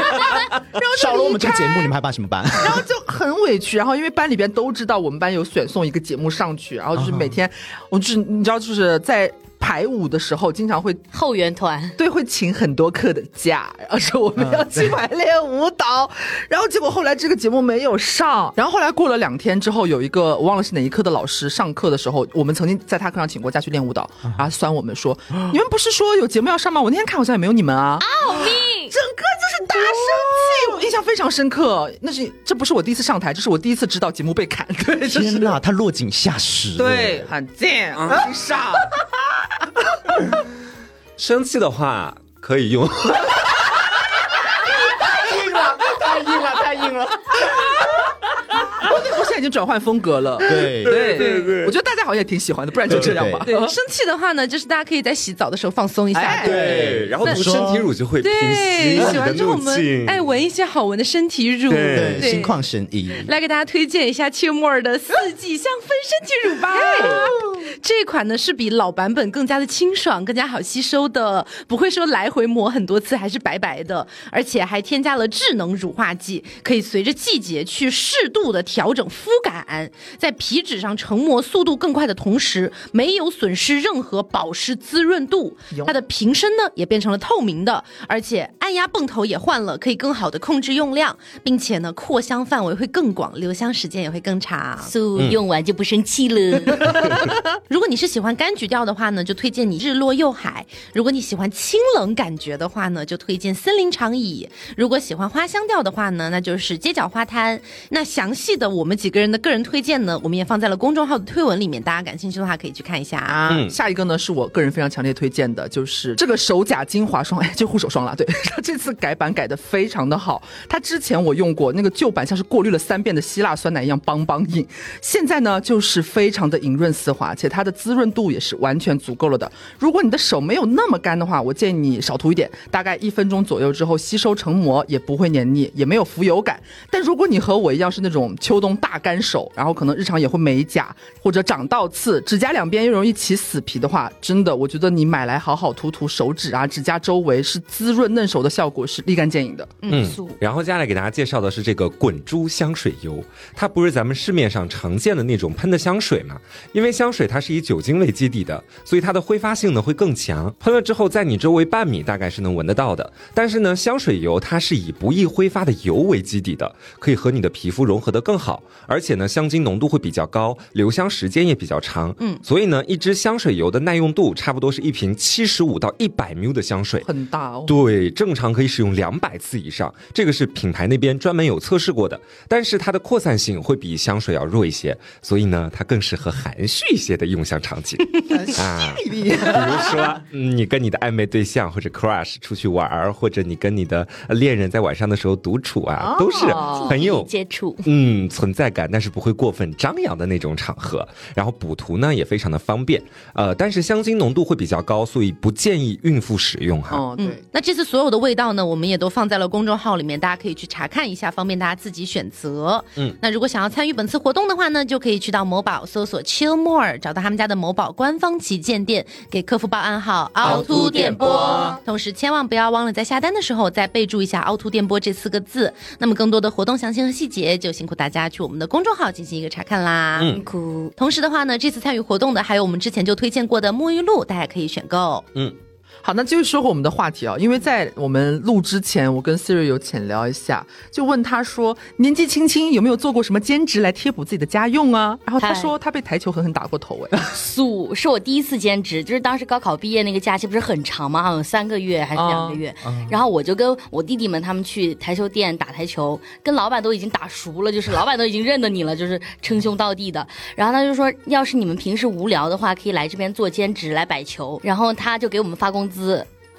Speaker 4: 少了我们这个节目，你们还办什么班？
Speaker 3: 然后就很委屈，然后因为班里边都知道我们班有选送一个节目上去，然后就是每天，我就是你知道就是在排舞的时候，经常会
Speaker 5: 后援团，
Speaker 3: 对会请很多课的假，然后说我们要去排练舞蹈，然后结果后来这个节目没有上，然后后来过了两天之后，有一个我忘了是哪一科的老师上课的时候，我们曾经在他课上请过假去练舞蹈，然后酸我们说你们不是说有节目要上吗？我那天看好像也没有你们啊，整个就是大生气，我印象非常深刻。那是这不是我第一次上台，这是我第一次知道节目被砍，对，这
Speaker 4: 天
Speaker 3: 是
Speaker 4: 哪，他落井下石。
Speaker 3: 对，，很贱啊，很傻。
Speaker 2: 生气的话可以用。
Speaker 4: 太硬了，太硬了。
Speaker 3: 我现在已经转换风格了。
Speaker 4: 对，
Speaker 3: 对
Speaker 2: 对对
Speaker 3: 我觉得大家好像也挺喜欢的，不然就这样吧。嗯
Speaker 1: 对，生气的话呢，就是大家可以在洗澡的时候放松一下
Speaker 3: 呃哎。
Speaker 2: 对，然后涂身体乳就会平息
Speaker 1: 对，
Speaker 2: 你
Speaker 1: 洗
Speaker 2: 的
Speaker 1: 完之后我
Speaker 2: 怒
Speaker 1: 们哎
Speaker 2: 气。
Speaker 1: 爱闻一些好闻的身体乳，
Speaker 2: 对
Speaker 4: 心旷神怡。
Speaker 1: 来给大家推荐一下切莫尔的四季香氛身体乳吧。这款呢是比老版本更加的清爽，更加好吸收的，不会说来回抹很多次还是白白的，而且还添加了智能乳化剂，可以随着季节去适度的调整肤感，在皮脂上成膜速度更快的同时，没有损失任何保湿滋润度
Speaker 3: 哟。
Speaker 1: 它的瓶身呢也变成了透明的，而且按压泵头也换了，可以更好的控制用量，并且呢扩香范围会更广，留香时间也会更长。
Speaker 5: 素用完就不生气了。
Speaker 1: 如果你是喜欢柑橘调的话呢，就推荐你日落又海；如果你喜欢清冷感觉的话呢，就推荐森林长椅；如果喜欢花香调的话呢，那就是街角花滩。那详细的我们几个人的个人推荐呢，我们也放在了公众号的推文里面，大家感兴趣的话可以去看一下啊。
Speaker 3: 啊，
Speaker 2: 嗯
Speaker 3: 下一个呢是我个人非常强烈推荐的，就是这个手甲精华霜， 哎，就护手霜了。对，这次改版改的非常的好。它之前我用过那个旧版，像是过滤了三遍的希腊酸奶一样邦邦硬，现在呢就是非常的莹润丝滑，且它的滋润度也是完全足够了的。如果你的手没有那么干的话，我建议你少涂一点，大概一分钟左右之后吸收成膜，也不会黏腻，也没有浮油感。但如果你和我一样是那种秋冬大干手，然后可能日常也会美甲或者长倒刺，指甲两边又容易起死皮的话，真的，我觉得你买来好好涂涂手指啊、指甲周围，是滋润嫩手的效果是立竿见影的。
Speaker 2: 嗯
Speaker 5: 素，
Speaker 2: 然后接下来给大家介绍的是这个滚珠香水油，它不是咱们市面上常见的那种喷的香水嘛？因为香水它是以酒精为基底的，所以它的挥发性呢会更强，喷了之后在你周围半米大概是能闻得到的。但是呢，香水油它是以不易挥发的油为基底的，可以和你的皮肤融合得更好，而且呢，香精浓度会比较高，留香时间也比较长。嗯，所以呢，一支香水油的耐用度差不多是一瓶七十五到一百 ml 的香水，
Speaker 3: 很大 哦，
Speaker 2: 对，正常可以使用两百次以上，这个是品牌那边专门有测试过的。但是它的扩散性会比香水要弱一些，所以呢，它更适合含蓄一些的用香场景啊。比如说，嗯你跟你的暧昧对象或者 crush 出去玩儿，或者你跟你的恋人在晚上的时候独处啊，都是很有
Speaker 5: 接触，
Speaker 2: 嗯，存在感，但是不会过分张扬的那种场合。然后补涂呢也非常的方便，呃，但是香精浓度会比较高，所以不建议孕妇使用哈。
Speaker 3: 嗯，对。
Speaker 1: 那这次所有的味道呢，我们也都放在了公众号里面，大家可以去查看一下，方便大家自己选择。
Speaker 2: 嗯，
Speaker 1: 那如果想要参与本次活动的话呢，就可以去到某宝搜索 Chill More，找到他们家的某宝官方旗舰店，给客服报暗号凹凸电波。同时，千万不要忘了在下单的时候再备注一下凹凸电波这四个字。那么，更多的活动详情和细节，就辛苦大家去我们的公众号进行一个查看啦。
Speaker 2: 嗯
Speaker 5: 哭。
Speaker 1: 同时的话呢，这次参与活动的还有我们之前就推荐过的沐浴露，大家可以选购。
Speaker 2: 嗯
Speaker 3: 好，那继续说回我们的话题啊，因为在我们录之前，我跟 Siri 有浅聊一下，就问他说，年纪轻轻有没有做过什么兼职来贴补自己的家用啊？然后他
Speaker 5: 嗨
Speaker 3: 说他被台球狠狠打过头，哎，
Speaker 5: 素是我第一次兼职，就是当时高考毕业那个假期不是很长吗？好像有三个月还是两个月。然后我就跟我弟弟们他们去台球店打台球，跟老板都已经打熟了，就是老板都已经认得你了，就是称兄道弟的。然后他就说，要是你们平时无聊的话，可以来这边做兼职来摆球。然后他就给我们发工资。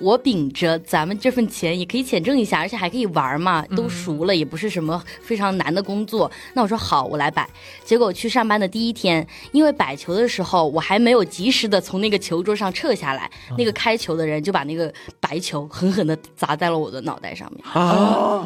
Speaker 5: 我秉着咱们这份钱也可以浅挣一下，而且还可以玩嘛，都熟了，也不是什么非常难的工作。那我说好，我来摆。结果我去上班的第一天，因为摆球的时候我还没有及时的从那个球桌上撤下来，那个开球的人就把那个白球狠狠的砸在了我的脑袋上面。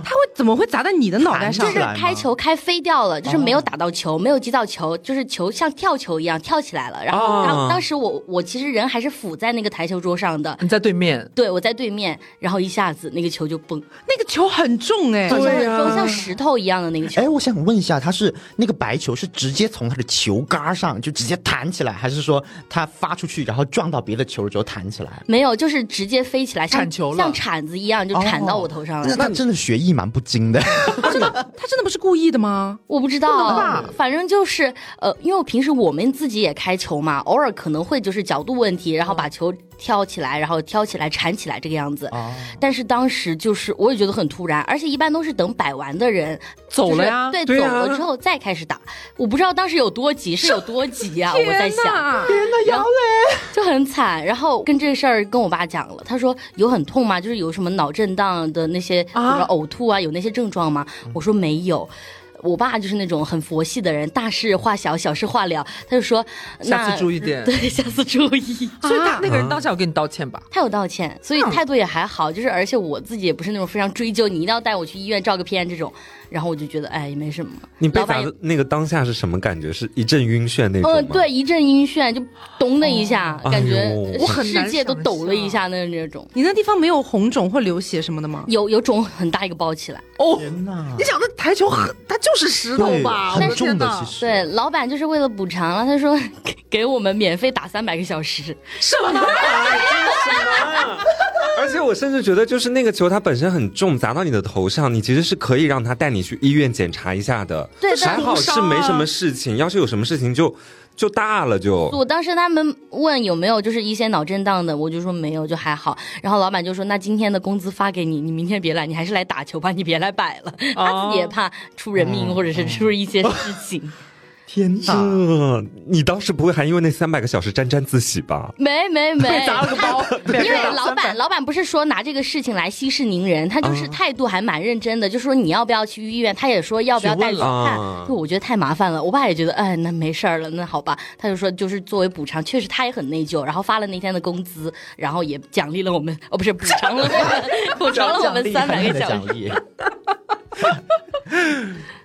Speaker 1: 他会怎么会砸在你的脑袋上
Speaker 4: 弹
Speaker 5: 就
Speaker 4: 起
Speaker 5: 是
Speaker 4: 来吗
Speaker 5: 开球开飞掉了，就是没有打到球，没有击到球，就是球像跳球一样跳起来了。然后当、
Speaker 2: 哦
Speaker 5: 当时我我其实人还是俯在那个台球桌上的，
Speaker 3: 你在对面，
Speaker 5: 对我在对面，然后一下子那个球就崩，
Speaker 1: 那个球很重哎、
Speaker 5: 好像很
Speaker 2: 呀
Speaker 5: 重，像石头一样的那个球
Speaker 4: 哎，。我想问一下，他是那个白球是直接从他的球杆上就直接弹起来，还是说他发出去然后撞到别的球之后弹起来？
Speaker 5: 没有，就是直接飞起来，像
Speaker 3: 铲球了
Speaker 5: 像铲子一样就铲到我头上
Speaker 4: 那
Speaker 5: 了。嗯
Speaker 4: 他真的学艺蛮不精 的。
Speaker 1: 他真的不是故意的吗？
Speaker 5: 我不知道，反正就是呃，因为我平时我们自己也开球嘛，偶尔可能会就是角度问题，然后把球挑起来，然后挑起来铲起来这个样子。
Speaker 4: 哦
Speaker 5: 但是当时就是我也觉得很突然，而且一般都是等摆完的人
Speaker 3: 走了呀
Speaker 5: 就是对，
Speaker 2: 对呀
Speaker 5: 走了之后再开始打。我不知道当时有多急，是有多急呀、我在
Speaker 1: 天
Speaker 5: 想，
Speaker 1: 哪
Speaker 5: 就很惨。然后跟这事儿跟我爸讲了，他说有很痛吗？就是有什么脑震荡的那些，
Speaker 3: 啊嗯
Speaker 5: 或者呕吐啊，有那些症状吗？我说没有。我爸就是那种很佛系的人，大事化小，小事化了。他就说，
Speaker 3: 下
Speaker 5: 那
Speaker 3: 次注意点。
Speaker 5: 对， 下次注意。
Speaker 3: 所以他那个人当下有跟你道歉吧？
Speaker 5: 他有道歉，所以
Speaker 3: 嗯
Speaker 5: 态度也还好，就是而且我自己也不是那种非常追究你一定要带我去医院照个片这种，然后我就觉得哎也没什么。
Speaker 2: 你被
Speaker 5: 老板
Speaker 2: 砸
Speaker 5: 也
Speaker 2: 的那个当下是什么感觉？是一阵晕眩那种吗？
Speaker 5: 呃，对，，一阵晕眩，就咚的一下，
Speaker 2: 哦
Speaker 5: 感觉
Speaker 2: 哎呦
Speaker 5: 世
Speaker 2: 我
Speaker 3: 很难
Speaker 5: 世界都
Speaker 3: 想
Speaker 5: 抖了一
Speaker 3: 象
Speaker 5: 下那那种，
Speaker 1: 你那地方没有红肿或流血什么的吗？
Speaker 5: 有有种很大一个包起来。
Speaker 3: 哦，
Speaker 4: 天哪
Speaker 3: 你，想那台球很，它就是石头
Speaker 4: 对，
Speaker 3: 吧？
Speaker 4: 很
Speaker 3: 我
Speaker 4: 重
Speaker 3: 天
Speaker 4: 的
Speaker 3: 哪
Speaker 4: 其实。
Speaker 5: 对，老板就是为了补偿啊了，他说 给给我们免费打三百个小时，
Speaker 3: 什么？
Speaker 2: 而且我甚至觉得，就是那个球它本身很重，砸到你的头上，你其实是可以让他带你去医院检查一下的。
Speaker 5: 对
Speaker 2: 还好是没什么事情，要是有什么事情就就大了就。
Speaker 5: 我当时他们问有没有就是一些脑震荡的，我就说没有，就还好。然后老板就说那今天的工资发给你，你明天别来，你还是来打球吧，你别来摆了。他自己也怕出人命或者是出一些事情。
Speaker 4: 天哪！
Speaker 2: 这，你当时不会还因为那三百个小时沾沾自喜吧？
Speaker 5: 没没没，
Speaker 3: 砸了个包
Speaker 5: 他
Speaker 3: 别
Speaker 5: 因为
Speaker 3: 人打
Speaker 5: 老板老板不是说拿这个事情来息事宁人，他就是
Speaker 2: 啊
Speaker 5: 态度还蛮认真的，就说你要不要去医院，他也说要不要带你去
Speaker 2: 询问了
Speaker 5: 看
Speaker 2: 啊，
Speaker 5: 就我觉得太麻烦了。我爸也觉得，哎，那没事儿了，那好吧，他就说就是作为补偿，确实他也很内疚，然后发了那天的工资，然后也奖励了我们，哦，不是补偿了 我们，补偿了我们三百个小时。
Speaker 4: 奖励。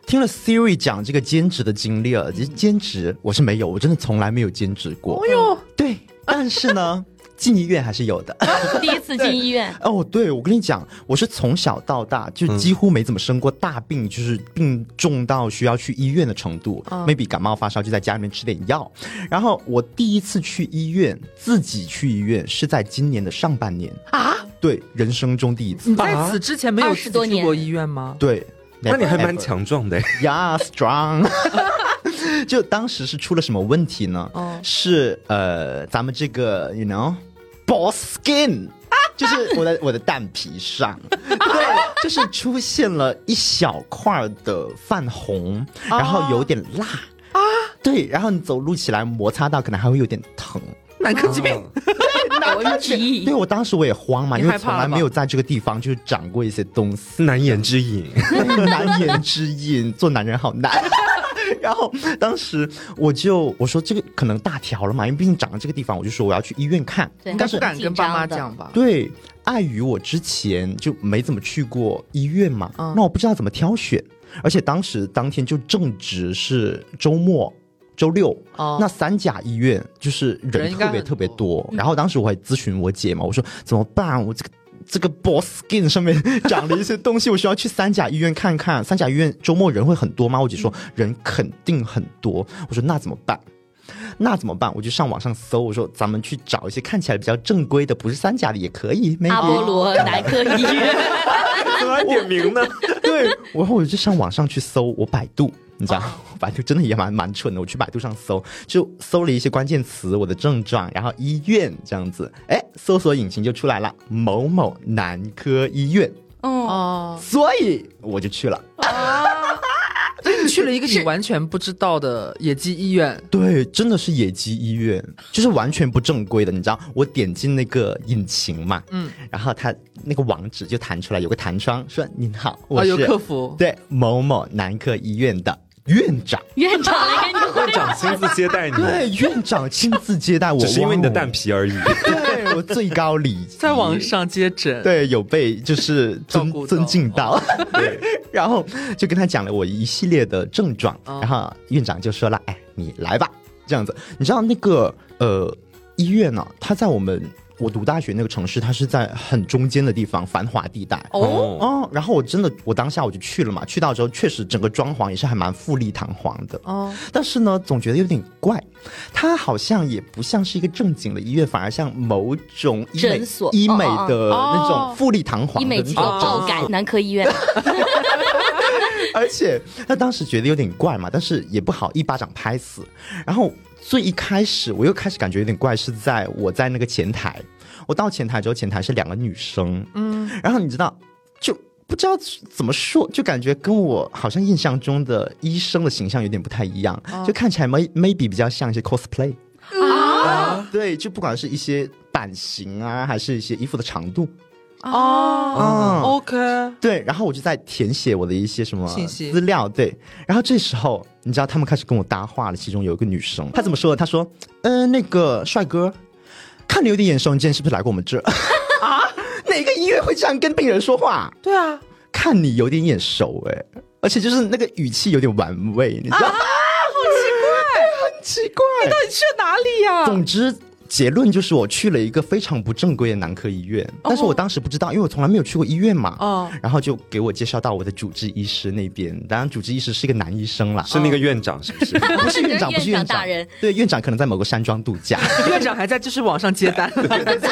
Speaker 4: 听了 Siri 讲这个兼职的经历啊了，其实兼职我是没有，我真的从来没有兼职过。哎呦，对，但是呢， 进医院还是有的。
Speaker 5: 第一次进医院，
Speaker 4: 哦，对，我跟你讲，我是从小到大就
Speaker 2: 嗯
Speaker 4: 几乎没怎么生过大病，就是病重到需要去医院的程度、m
Speaker 3: 嗯
Speaker 4: a y b e 感冒发烧就在家里面吃点药。然后我第一次去医院，自己去医院是在今年的上半年啊，对，人生中第一次，
Speaker 3: 你在此之前没有
Speaker 5: 20
Speaker 3: 自
Speaker 5: 多
Speaker 3: 己去过
Speaker 5: 年
Speaker 3: 医院吗？
Speaker 4: 对。
Speaker 2: 那你还
Speaker 4: never
Speaker 2: 蛮
Speaker 4: ever
Speaker 2: 强壮的，
Speaker 4: 呀、strong 。就当时是出了什么问题呢？
Speaker 3: 哦
Speaker 4: 是呃，咱们这个 you know ball skin，就是 我的我的蛋皮 上，对，就是出现了一小块的泛红，
Speaker 3: 哦
Speaker 4: 然后有点辣啊，对，然后你走路起来摩擦到，可能还会有点疼。哦
Speaker 3: 男科疾病，
Speaker 5: 我就质疑
Speaker 4: 对，我当时我也慌嘛，
Speaker 3: 你
Speaker 4: 因为
Speaker 3: 害怕
Speaker 4: 从来
Speaker 3: 了吗
Speaker 4: 没有在这个地方就是长过一些东西。
Speaker 2: 难言之 隐。
Speaker 4: 难言之隐，做男人好难。 然后当时我就我说这个可能大条了嘛，因为毕竟长到这个地方，我就说我要去医院看。
Speaker 5: 对
Speaker 3: 应该不敢跟爸妈讲吧？
Speaker 4: 对，碍于我之前就没怎么去过医院嘛，
Speaker 3: 嗯
Speaker 4: 那我不知道怎么挑选，而且当时当天就正值是周末。周六，
Speaker 3: 哦
Speaker 4: 那三甲医院就是
Speaker 3: 人
Speaker 4: 人
Speaker 3: 应该
Speaker 4: 特别
Speaker 3: 很嗯
Speaker 4: 特别多。然后当时我还咨询我姐嘛，我说怎么办？我这个这个 b o s skin 上面长了一些东西，我需要去三甲医院看看。三甲医院周末人会很多吗？我姐说
Speaker 3: 嗯
Speaker 4: 人肯定很多。我说那怎么办？那怎么办？我就上网上搜，我说咱们去找一些看起来比较正规的，不是三甲的也可以。maybe
Speaker 5: 阿波罗男科 医院。
Speaker 2: 怎么还点名 呢？
Speaker 4: 对，然后我就上网上去搜，我百度，你知道，百度真的也蛮蛮蠢的。我去百度上搜，就搜了一些关键词，我的症状，然后医院这样子，哎，搜索引擎就出来了，某某男科医院，
Speaker 1: 哦，
Speaker 3: 哦，
Speaker 4: 所以我就去了。
Speaker 3: 所以你去了一个你完全不知道的野鸡医院，
Speaker 4: 对，真的是野鸡医院，就是完全不正规的。你知道，我点进那个引擎嘛，嗯，然后它那个网址就弹出来，有个弹窗说：“您好，我
Speaker 3: 啊
Speaker 4: 是、
Speaker 3: 有客服
Speaker 4: 对某某男科医院的院长。”
Speaker 5: 院长来给你 回
Speaker 2: 院长亲自接待你，
Speaker 4: 对，院长亲自接待我，
Speaker 2: 只是因为你的蛋
Speaker 4: 皮，
Speaker 2: 皮而已。
Speaker 4: 对我最高礼仪
Speaker 3: 在网上接诊，，
Speaker 4: 对，有被就是
Speaker 3: 照
Speaker 4: 尊
Speaker 3: 顾到哦
Speaker 4: 尊敬到，
Speaker 2: 对，
Speaker 4: 然后就跟他讲了我一系列的症状，
Speaker 3: 哦
Speaker 4: 然后院长就说了：“哎，你来吧。”这样子，你知道那个呃医院呢、它在我们我读大学那个城市，它是在很中间的地方，繁华地带。
Speaker 3: 哦，
Speaker 2: 哦，
Speaker 4: 哦，然后我真的，我当下我就去了嘛，去到之后确实整个装潢也是还蛮富丽堂皇的，
Speaker 3: 哦，
Speaker 4: 但是呢，总觉得有点怪，它好像也不像是一个正经的医院，反而像某种医美
Speaker 5: 诊所
Speaker 4: 医
Speaker 5: 哦
Speaker 4: 美
Speaker 5: 哦
Speaker 4: 的那
Speaker 3: 哦
Speaker 4: 种富丽堂
Speaker 5: 医
Speaker 4: 皇的
Speaker 5: 美哦
Speaker 4: 那
Speaker 5: 机
Speaker 4: 种
Speaker 5: 构
Speaker 4: 诊
Speaker 5: 爆改男科医 院，
Speaker 4: 而且他当时觉得有点怪嘛，但是也不好一巴掌拍死。然后最一开始我又开始感觉有点怪，是在我在那个前台，我到前台之后，前台是两个女生，嗯，然后你知道就。不知道怎么说，就感觉跟我好像印象中的医生的形象有点不太一样，就看起来 may maybe 比较像一些 cosplay
Speaker 1: 哦
Speaker 4: 啊，对，就不管是一些版型啊，还是一些衣服的长度
Speaker 3: 哦
Speaker 4: 啊
Speaker 3: ，OK，
Speaker 4: 对，然后我就在填写我的一些什么
Speaker 3: 信息
Speaker 4: 资料，对。然后这时候，你知道他们开始跟我搭话了，其中有一个女生，她怎么说的？她说：“嗯、那个帅哥，看你有点眼熟，你之前是不是来过我们这儿 啊？哪个医院会这样跟病人说话？
Speaker 3: 对啊，
Speaker 4: 看你有点眼熟、哎，而且就是那个语气有点玩味，你知道
Speaker 3: 啊
Speaker 4: 吗？ 好奇怪，很奇怪。
Speaker 3: 你去哪里 呀？
Speaker 4: 总之。”结论就是我去了一个非常不正规的男科医院，但是我当时不知道，因为我从来没有去过医院嘛。
Speaker 3: 哦，
Speaker 4: 然后就给我介绍到我的主治医师那边，当然主治医师是一个男医生啦，哦
Speaker 2: 是那个院长是不 是？
Speaker 4: 不是院长，不是
Speaker 5: 院
Speaker 4: 院
Speaker 5: 长大
Speaker 4: 长
Speaker 5: 人，
Speaker 4: 对，院长可能在某个山庄度假，
Speaker 3: 院长还在就是网上接单，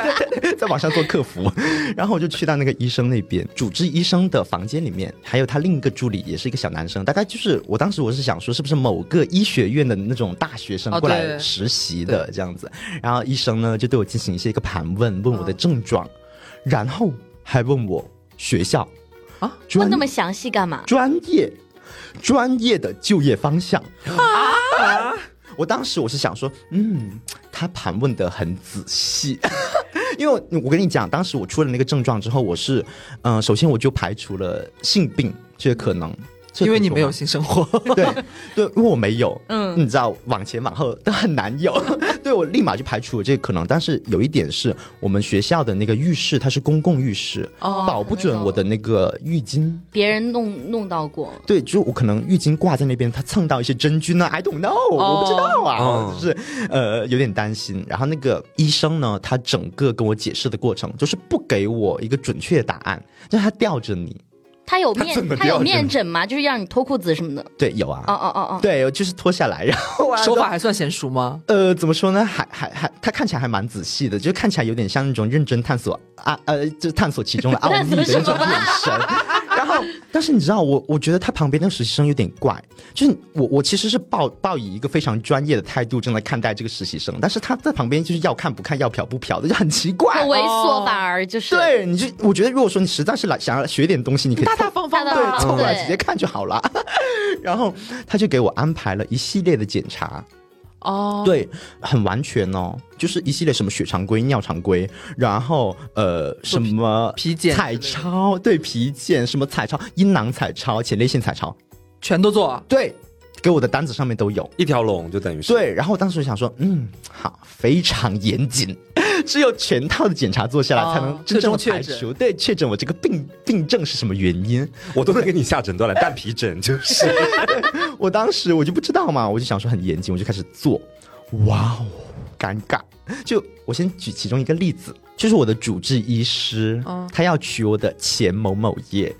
Speaker 4: 在网上做客服，然后我就去到那个医生那边，主治医生的房间里面，还有他另一个助理也是一个小男生，大概就是我当时我是想说是不是某个医学院的那种大学生
Speaker 3: 哦
Speaker 4: 过
Speaker 3: 对
Speaker 4: 来实习的这样子，然后医生呢就对我进行一些一个盘问，问我的症状，然后还问我学校
Speaker 3: 啊，
Speaker 5: 问
Speaker 4: 专
Speaker 5: 那么详细干嘛？
Speaker 4: 专业专业的就业方向啊！我当时我是想说，嗯，他盘问的很仔细。 因为我跟你讲，当时我出了那个症状之后，我是，嗯、首先我就排除了性病这个可能，这个
Speaker 3: 因为你
Speaker 4: 可能
Speaker 3: 没有性生活，
Speaker 4: 对对，因为我没 有，
Speaker 5: 嗯
Speaker 4: 嗯，你知道往前往后 都很难有，对我立马就排除了这个可能。但是有一点是我们学校的那个浴室它是公共浴室，
Speaker 3: 哦
Speaker 4: 保不准我的那个浴巾
Speaker 5: 别人弄弄到过，
Speaker 4: 对，就我可能浴巾挂在那边，它蹭到一些真菌呢，I don't know，、我不知道啊，
Speaker 2: 哦
Speaker 4: 就是呃有点担心。然后那个医生呢，他整个跟我解释的过程，就是不给我一个准确的答案，就是他吊着你。
Speaker 5: 他有
Speaker 2: 他
Speaker 5: 面
Speaker 2: 怎么
Speaker 5: 他有
Speaker 2: 吊着
Speaker 5: 面诊吗？就是让你脱裤子什么的？
Speaker 4: 对，有啊，
Speaker 5: 哦哦哦哦，
Speaker 4: 对，就是脱下来，然后啊
Speaker 3: 手法还算娴熟吗？
Speaker 4: 呃，怎么说呢？还还还，他看起来还蛮仔细的，就看起来有点像那种认真探索啊，呃，就探索其中的奥秘的那种眼神。然后，但是你知道，我我觉得他旁边那个实习生有点怪，就是我我其实是抱抱以一个非常专业的态度正在看待这个实习生，但是他在旁边就是要看不看，要瞟不瞟的，就很奇怪
Speaker 5: 很。猥
Speaker 3: 哦
Speaker 5: 琐，反而就是
Speaker 4: 对，你就我觉得，如果说你实在是来想要学点东西，你可以
Speaker 3: 大大方方
Speaker 5: 大大
Speaker 3: 的，
Speaker 4: 对，
Speaker 5: 方方
Speaker 4: 凑过来
Speaker 5: 对
Speaker 4: 嗯直接看就好了。 然后他就给我安排了一系列的检查，
Speaker 3: 哦，
Speaker 4: 对，很完全哦，就是一系列什么血常规、尿常规，然后呃什么
Speaker 3: 皮检之
Speaker 4: 彩
Speaker 3: 类的
Speaker 4: 超，对皮检什么彩超、阴囊彩超、前列腺彩超，
Speaker 3: 全都做，啊
Speaker 4: 对，给我的单子上面都有。
Speaker 2: 一条龙就等于是。
Speaker 4: 对，然后我当时就想说，嗯，好，非常严谨， 只有全套的检查做下来，才
Speaker 3: 哦
Speaker 4: 能真正的
Speaker 3: 最终
Speaker 4: 排
Speaker 3: 确诊
Speaker 4: 除，对，确诊我这个病病症是什么原因。
Speaker 2: 我都能给你下诊断了，蛋皮疹 就是。
Speaker 4: 我当时我就不知道嘛，我就想说很严谨，我就开始做，哇哦，尴尬！就我先举其中一个例子，就是我的主治医师，他要取我的前某某液，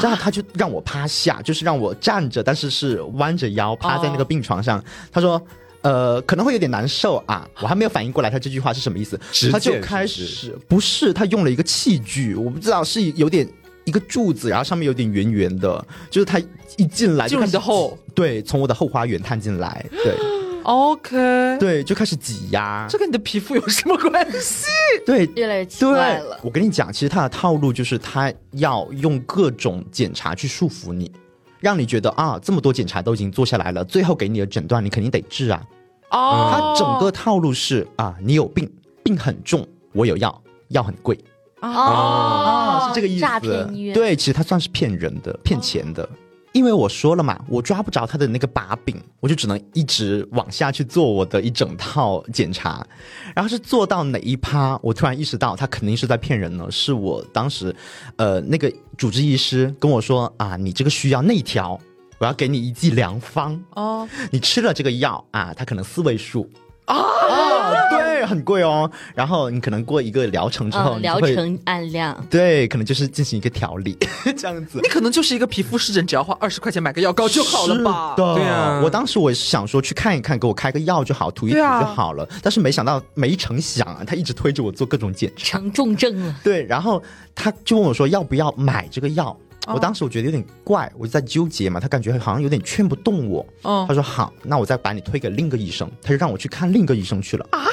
Speaker 4: 然后他就让我趴下，就是让我站着，但是是弯着腰趴在那个病床上，他说。呃，可能会有点难受啊，我还没有反应过来他这句话是什么意思
Speaker 2: 直，
Speaker 4: 他就
Speaker 2: 见是不
Speaker 4: 开
Speaker 2: 是
Speaker 4: 始不是他用了一个器具，我不知道是有点一个柱子，然后上面有点圆圆的，就是他一进来就
Speaker 3: 进入啊
Speaker 4: 开
Speaker 3: 你
Speaker 4: 始
Speaker 3: 的后
Speaker 4: 对，从我的后花园探进来，对
Speaker 3: ，OK，
Speaker 4: 对，就开始挤压
Speaker 3: 这，跟你的皮肤有什么关系？
Speaker 4: 对
Speaker 5: 越来越奇怪
Speaker 4: 对
Speaker 5: 了。。
Speaker 4: 我跟你讲，其实他的套路就是他要用各种检查去束缚你，让你觉得啊，这么多检查都已经做下来了，最后给你的诊断你肯定得治啊。
Speaker 3: 哦，
Speaker 4: 它整个套路是啊，你有病，病很重，我有药，药很贵
Speaker 5: 哦，
Speaker 4: 啊是这个意思。
Speaker 5: 诈骗医院，
Speaker 4: 对，其实它算是骗人的，骗钱的。因为我说了嘛，我抓不着他的那个把柄，我就只能一直往下去做我的一整套检查，然后是做到哪一趴，我突然意识到他肯定是在骗人呢。是我当时，呃，那个主治医师跟我说啊，你这个需要内调，我要给你一剂良方
Speaker 3: 哦，
Speaker 4: 你吃了这个药啊，它可能四位数啊，对，很贵哦。然后你可能过一个疗程之后，你
Speaker 5: 嗯，
Speaker 4: 就
Speaker 5: 疗
Speaker 4: 会
Speaker 5: 程按量，
Speaker 4: 对，可能就是进行一个调理 这样子
Speaker 3: 你。可能就是一个皮肤湿疹，只要花二十块钱买个药膏哦就好了吧？
Speaker 4: 是的，
Speaker 2: 对啊
Speaker 4: 我当时我也是想说去看一看，给我开个药就好，涂一涂
Speaker 3: 对啊
Speaker 4: 就好了。但是没想到，没成想啊，他一直推着我做各种检查。
Speaker 5: 成重症了。
Speaker 4: 对，然后他就问我说要不要买这个药。
Speaker 3: 哦
Speaker 4: 我当时我觉得有点怪，我就在纠结嘛，他感觉好像有点劝不动我。
Speaker 3: 嗯
Speaker 4: 他说好，那我再把你推给另一个医生，他就让我去看另一个医生去了。啊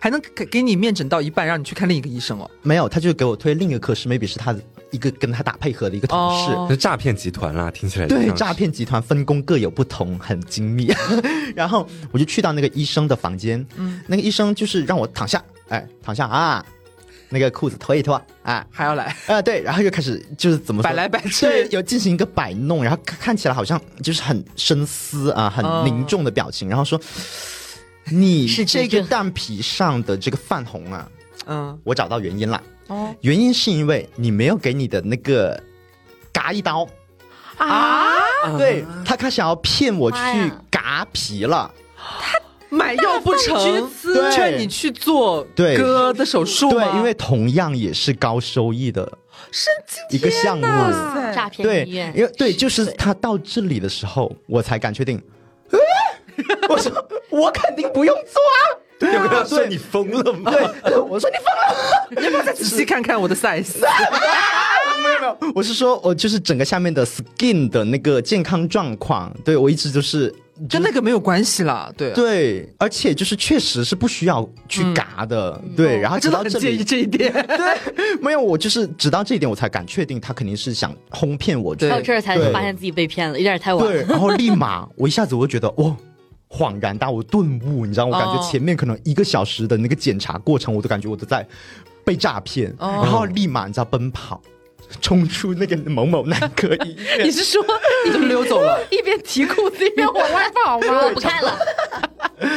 Speaker 3: 还能给给你面诊到一半，让你去看另一个医生哦。
Speaker 4: 没有，他就给我推另一个科室，maybe 是他的一个跟他打配合的一个同事。
Speaker 3: 哦
Speaker 2: 这诈骗集团啦，听起来就
Speaker 4: 对，
Speaker 2: 像
Speaker 4: 诈骗集团分工各有不同，很精密。 然后我就去到那个医生的房间，嗯，那个医生就是让我躺下，哎，躺下啊，那个裤子脱一脱，啊，
Speaker 3: 还要来，
Speaker 4: 啊，对，然后又开始就是怎么说
Speaker 3: 摆来摆去
Speaker 4: 对，有进行一个摆弄，然后看看起来好像就是很深思啊，很
Speaker 3: 哦
Speaker 4: 凝重的表情，然后说：“你
Speaker 5: 是
Speaker 4: 这
Speaker 5: 这
Speaker 4: 个
Speaker 5: 个
Speaker 4: 蛋皮上的这个泛红啊，
Speaker 3: 嗯，
Speaker 4: 我找到原因了，
Speaker 3: 哦
Speaker 4: 原因是因为你没有给你的那个嘎一刀。”
Speaker 3: 啊，
Speaker 4: 对他开始要骗我去
Speaker 5: 妈呀
Speaker 4: 嘎皮了，
Speaker 3: 买药不成，
Speaker 4: 对
Speaker 3: 劝你去做
Speaker 4: 对
Speaker 3: 割的手术吗
Speaker 4: 对，因为同样也是高收益的
Speaker 3: 神经
Speaker 4: 一个项目，
Speaker 5: 诈
Speaker 4: 对
Speaker 5: 骗医院，，
Speaker 4: 因为对，就是他到这里的时候，我才敢确定，
Speaker 3: 呃
Speaker 4: 哎 我说我肯定不用做啊，
Speaker 2: 有个人说你疯了 吗？
Speaker 4: 对，我说你疯了。
Speaker 3: 要不要再仔细看看我的 size？
Speaker 4: 没有没有，我是说，我就是整个下面的 skin 的那个健康状况，对我一直就是
Speaker 3: 跟那个没有关系啦，对，
Speaker 4: 对，而且就是确实是不需要去嘎的，对，然后
Speaker 3: 我
Speaker 4: 直
Speaker 3: 嗯真的
Speaker 4: 啊到
Speaker 3: 很
Speaker 4: 这
Speaker 3: 介
Speaker 4: 里
Speaker 3: 意这一点。
Speaker 4: 没有，我就是直到这一点，我才敢确定他肯定是想哄骗我。
Speaker 3: 对
Speaker 5: 到这儿才
Speaker 4: 对
Speaker 5: 发现自己被骗了，有点太晚
Speaker 4: 对，
Speaker 5: 了。
Speaker 4: 然后立马我一下子我就觉得，哦，恍然大悟，顿悟，你知道，我感觉
Speaker 3: 哦
Speaker 4: 前面可能一个小时的那个检查过程，我都感觉我都在被诈骗，
Speaker 3: 哦
Speaker 4: 然后立马你知道奔跑，冲出那个某某男科医
Speaker 1: 你
Speaker 4: 院。
Speaker 1: 是 说你
Speaker 3: 怎么溜走了？
Speaker 1: 一边提裤子一边往外跑吗？
Speaker 5: 我不看了，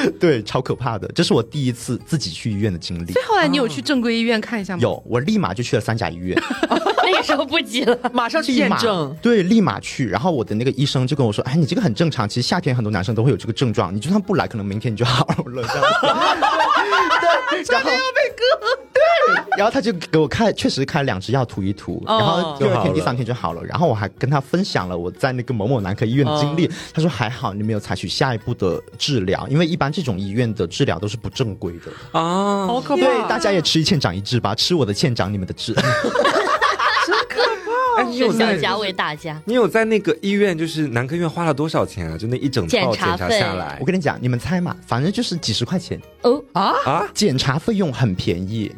Speaker 4: 对，超可怕的，这是我第一次自己去医院的经历
Speaker 1: 所以。 后来你有去正规医院看一下吗？
Speaker 4: 有，我立马就去了三甲医院，
Speaker 5: 那个时候不急 了。
Speaker 3: 马上去
Speaker 4: 立
Speaker 3: 验
Speaker 4: 马
Speaker 3: 证。
Speaker 4: 对，立马去。然后我的那个医生就跟我说：“哎，你这个很正常，其实夏天很多男生都会有这个症状，你就算不来，可能明天你就好了。”这样子。对，然后要被割。对，然后他就给我开，确实开两支药涂一涂，
Speaker 3: 哦
Speaker 4: 然后第二
Speaker 2: 就好了
Speaker 4: 天、第三天就好了。然后我还跟他分享了我在那个某某男科医院的经
Speaker 3: 哦
Speaker 4: 历，他说还好你没有采取下一步的治疗，因为一般这种医院的治疗都是不正规的。
Speaker 2: 啊，
Speaker 3: 好可
Speaker 4: 对，大家也吃一堑长一智吧，吃我的堑长你们 的智。
Speaker 2: 哎，你有
Speaker 5: 是小
Speaker 2: 在
Speaker 5: 贾为大家，
Speaker 2: 你有在那个医院，就是男科医院花了多少钱啊？就那一整套
Speaker 5: 检
Speaker 2: 检
Speaker 5: 查
Speaker 2: 查
Speaker 5: 费
Speaker 2: 下来
Speaker 4: 我跟你讲，你们猜嘛，反正就是几十块钱。
Speaker 5: 哦，
Speaker 2: 啊
Speaker 4: 检查费啊用很便宜，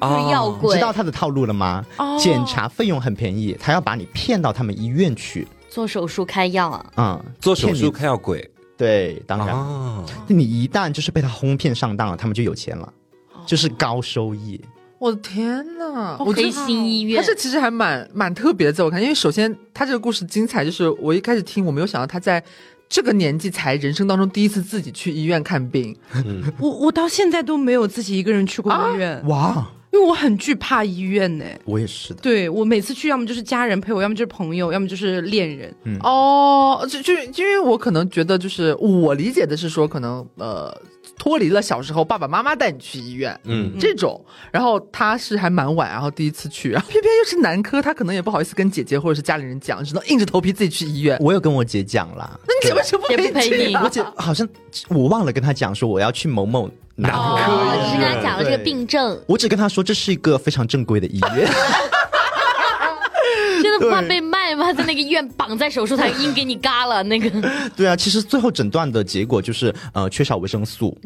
Speaker 5: 就是药
Speaker 4: 你
Speaker 5: 贵，
Speaker 4: 知道他的套路了吗？
Speaker 1: 哦
Speaker 4: 检查费用很便宜，他要把你骗到他们医院去，
Speaker 5: 做手术开药啊，
Speaker 4: 嗯，
Speaker 2: 做手
Speaker 4: 骗
Speaker 2: 术
Speaker 4: 你
Speaker 2: 开药鬼
Speaker 4: 对，当然，
Speaker 2: 啊，
Speaker 4: 你一旦就是被他哄骗上当了，他们就有钱了，
Speaker 5: 哦
Speaker 4: 就是高收益。
Speaker 3: 我的天呐，
Speaker 1: 哦
Speaker 3: 我
Speaker 1: 可
Speaker 3: 觉
Speaker 1: 以
Speaker 5: 黑
Speaker 3: 得。
Speaker 5: 心医
Speaker 3: 他
Speaker 5: 院，
Speaker 3: 这其实还蛮蛮特别的，在我看，因为首先他这个故事精彩，就是我一开始听，我没有想到他在这个年纪才人生当中第一次自己去医院看病，
Speaker 1: 我我到现在都没有自己一个人去过医院，
Speaker 4: 哇，
Speaker 1: 因为我很惧怕医院呢、
Speaker 4: 我也是的，
Speaker 1: 对我每次去，要么就是家人陪我，要么就是朋友，要么就是恋人。
Speaker 3: 哦，就就因为我可能觉得，就是我理解的是说，可能呃脱离了小时候爸爸妈妈带你去医院。
Speaker 2: 嗯，
Speaker 3: 这种，然后他是还蛮晚，然后第一次去，然后偏偏又是男科，他可能也不好意思跟姐姐或者是家里人讲，只能硬着头皮自己去医院。
Speaker 4: 我有跟我姐讲 啦，
Speaker 3: 那你姐为什么
Speaker 5: 也不陪
Speaker 3: 去
Speaker 5: 你
Speaker 3: 啊
Speaker 4: 我姐好像我忘了跟她讲说我要去某某男
Speaker 5: 哦
Speaker 4: 科医院，
Speaker 5: 只是跟他讲了这个
Speaker 4: 对
Speaker 5: 病症，
Speaker 4: 我只跟她说这是一个非常正规的医院。
Speaker 5: 真的不怕被卖吗？在那个医院绑在手术台，硬给你嘎了那个。
Speaker 4: 对啊，其实最后诊断的结果就是呃缺少维生 素。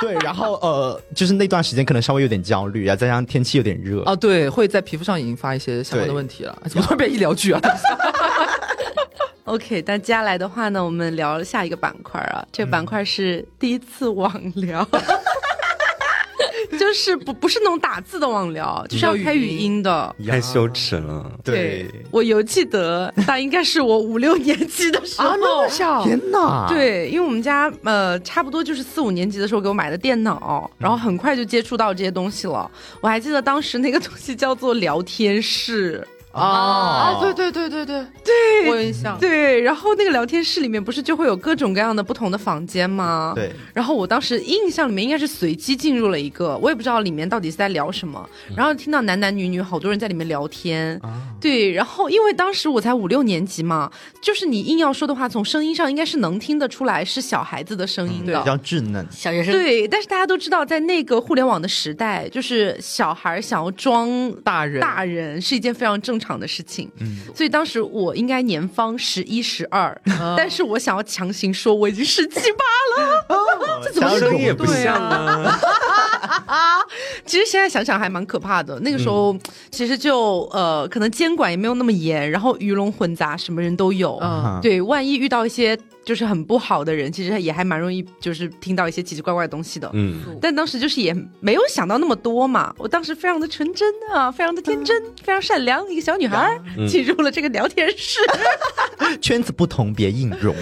Speaker 4: 对，然后呃就是那段时间可能稍微有点焦虑，然啊后再加上天气有点热。
Speaker 3: 哦，对，会在皮肤上引发一些相关的
Speaker 4: 对
Speaker 3: 问题了。怎么会变医疗剧啊？
Speaker 1: OK，那接下来的话呢，我们聊下一个板块啊，这个板块是第一次网聊。 就是不不是那种打字的网聊，就是要开语音的。
Speaker 2: 太羞耻了。
Speaker 4: 对，
Speaker 1: 我犹记得，那应该是我五六年级的时候。
Speaker 3: 啊，那么小，
Speaker 4: 天哪！，
Speaker 1: 哦对，因为我们家呃，差不多就是四五年级的时候给我买的电脑，然后很快就接触到这些东西了。我还记得当时那个东西叫做聊天室，
Speaker 4: 哦
Speaker 3: 啊，对对对对对对，我有印象。
Speaker 1: 对，然后那个聊天室里面不是就会有各种各样的不同的房间吗？
Speaker 4: 对。
Speaker 1: 然后我当时印象里面应该是随机进入了一个，我也不知道里面到底是在聊什么，然后听到男男女女好多人在里面聊天，对，然后因为当时我才五六年级嘛，就是你硬要说的话，从声音上应该是能听得出来是小孩子的声音
Speaker 4: 比
Speaker 1: 的，
Speaker 4: 较稚嫩。
Speaker 5: 小学生
Speaker 1: 对，但是大家都知道，在那个互联网的时代，就是小孩儿想要装
Speaker 3: 大人
Speaker 1: 大人嗯是一件非常正常的事情。所以当时我应该年方十一、十二，但是我想要强行说我已经十七 八了。
Speaker 4: 这
Speaker 2: 怎么声音也不像啊，
Speaker 1: 其实现在想想还蛮可怕的。那个时候、其实就呃，可能监管也没有那么严，然后鱼龙混杂，什么人都有。
Speaker 3: 嗯，
Speaker 1: 对，万一遇到一些就是很不好的人，其实也还蛮容易，就是听到一些奇奇怪怪的东西的。
Speaker 2: 嗯，
Speaker 1: 但当时就是也没有想到那么多嘛，我当时非常的纯真啊，非常的天真，非常善良，一个小女孩儿进入了这个聊天室，
Speaker 4: 圈子不同，别硬融。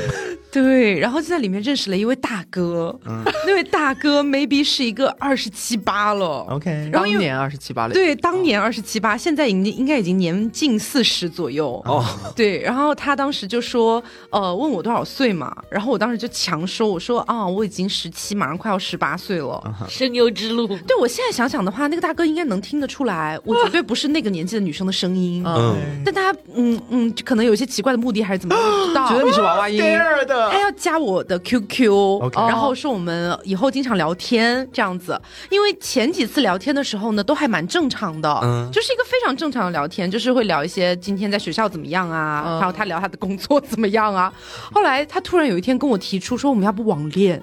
Speaker 1: 对，然后就在里面认识了一位大哥，那位大哥 maybe 是一个二十七八了
Speaker 4: OK，
Speaker 1: 然后
Speaker 3: 当
Speaker 1: 因为
Speaker 3: 年二十七八了，
Speaker 1: 对，当年二十七八，现在已经应该已经年近四十左右哦。对，然后他当时就说，呃，问我多少岁嘛，然后我当时就强说，我说啊，我已经十七，马上快要十八岁了。
Speaker 5: 声优之 路，
Speaker 1: 对我现在想想的话，那个大哥应该能听得出来，我绝对不是那个年纪的女生的声音。
Speaker 2: 嗯，
Speaker 1: 但他嗯嗯，就可能有一些奇怪的目的还是怎么样，不知道。
Speaker 3: 觉得你是娃娃音，
Speaker 4: 啊
Speaker 1: 他要加我的 QQ，、然后说我们以后经常聊天这样子。因为前几次聊天的时候呢，都还蛮正常的，
Speaker 2: 嗯
Speaker 1: 就是一个非常正常的聊天，就是会聊一些今天在学校怎么样啊，
Speaker 3: 嗯
Speaker 1: 然后他聊他的工作怎么样啊。后来他突然有一天跟我提出说，我们要不网恋。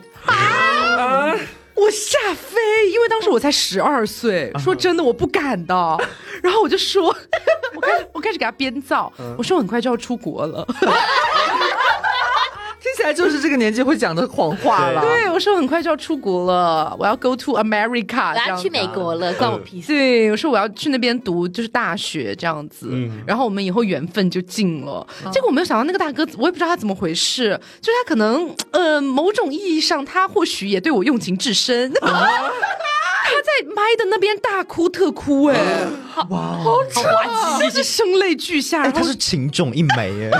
Speaker 1: 我吓飞，因为当时我才十二岁，说真的我不敢的。然后我就说， 我开始我开始给他编造，我说我很快就要出国了，
Speaker 3: 听起来就是这个年纪会讲的谎话了。
Speaker 1: 对我说我很快就要出国了，我要 go to America，
Speaker 5: 我
Speaker 1: 这
Speaker 5: 要
Speaker 1: 样
Speaker 5: 去美国了，关我 屁事。
Speaker 1: 对，我说我要去那边读就是大学这样子，
Speaker 2: 嗯
Speaker 1: 然后我们以后缘分就尽了。
Speaker 5: 嗯
Speaker 1: 结果我没有想到那个大哥，我也不知道他怎么回事，就是他可能呃某种意义上他或许也对我用情至深。
Speaker 2: 啊
Speaker 1: 他在麦的那边大哭特哭、哎，哇，好滑稽，是声泪俱下，
Speaker 4: 哎，
Speaker 1: 然后
Speaker 4: 他是情种一枚 耶，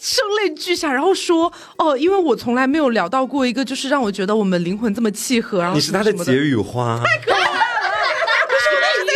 Speaker 1: 声泪俱下，然后说哦，因为我从来没有聊到过一个就是让我觉得我们灵魂这么契合，然后
Speaker 2: 你是他的
Speaker 1: 什么
Speaker 2: 解语花，
Speaker 1: 我才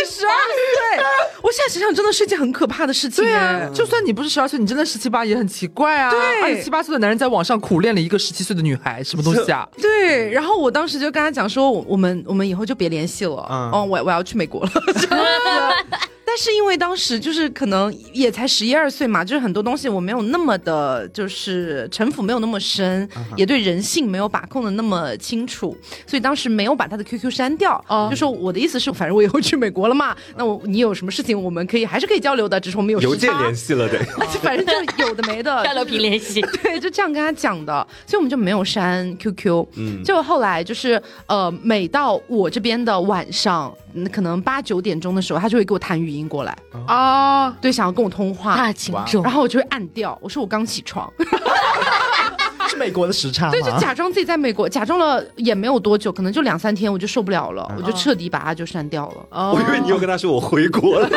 Speaker 1: 十二岁，我现在想想真的是一件很可怕的事情、
Speaker 3: 对
Speaker 1: 哎
Speaker 3: 啊，就算你不是十二岁，你真的十七八也很奇怪啊。
Speaker 1: 对
Speaker 3: 二十七八岁的男人在网上苦恋了一个十七岁的女孩，什么东西啊？
Speaker 1: 对，然后我当时就跟他讲说，我我们我们以后就别联系了，
Speaker 4: 嗯
Speaker 1: 哦，我我要去美国了。这样子但是因为当时就是可能也才十一二岁嘛，就是很多东西我没有那么的，就是城府没有那么深，也对人性没有把控的那么清楚，所以当时没有把他的 QQ 删掉，就说我的意思是，反正我以后去美国了嘛，那我你有什么事情我们可以还是可以交流的，只是我们有
Speaker 2: 邮
Speaker 1: 时
Speaker 2: 件
Speaker 1: 差
Speaker 2: 联，系 了得。
Speaker 1: 反正啊就有的没 的，
Speaker 5: 漂流瓶联系，
Speaker 1: 对，就这样跟他讲的，所以我们就没有删 QQ。
Speaker 2: 嗯
Speaker 1: 嗯，就后来就是呃，每到我这边的晚上，嗯可能八九点钟的时候，他就会给我弹语音过来，
Speaker 3: 啊，
Speaker 1: 对，想要跟我通话
Speaker 5: 大，情种
Speaker 1: 然。后我就会按掉，我说我刚起床，
Speaker 4: 是美国的时差
Speaker 1: 所以就
Speaker 4: 吗？
Speaker 1: 假装自己在美国，假装了也没有多久，可能就两三天，我就受不了了，我就彻底把他就删掉了。
Speaker 3: 哦
Speaker 2: 我以为你又跟他说我回国 了，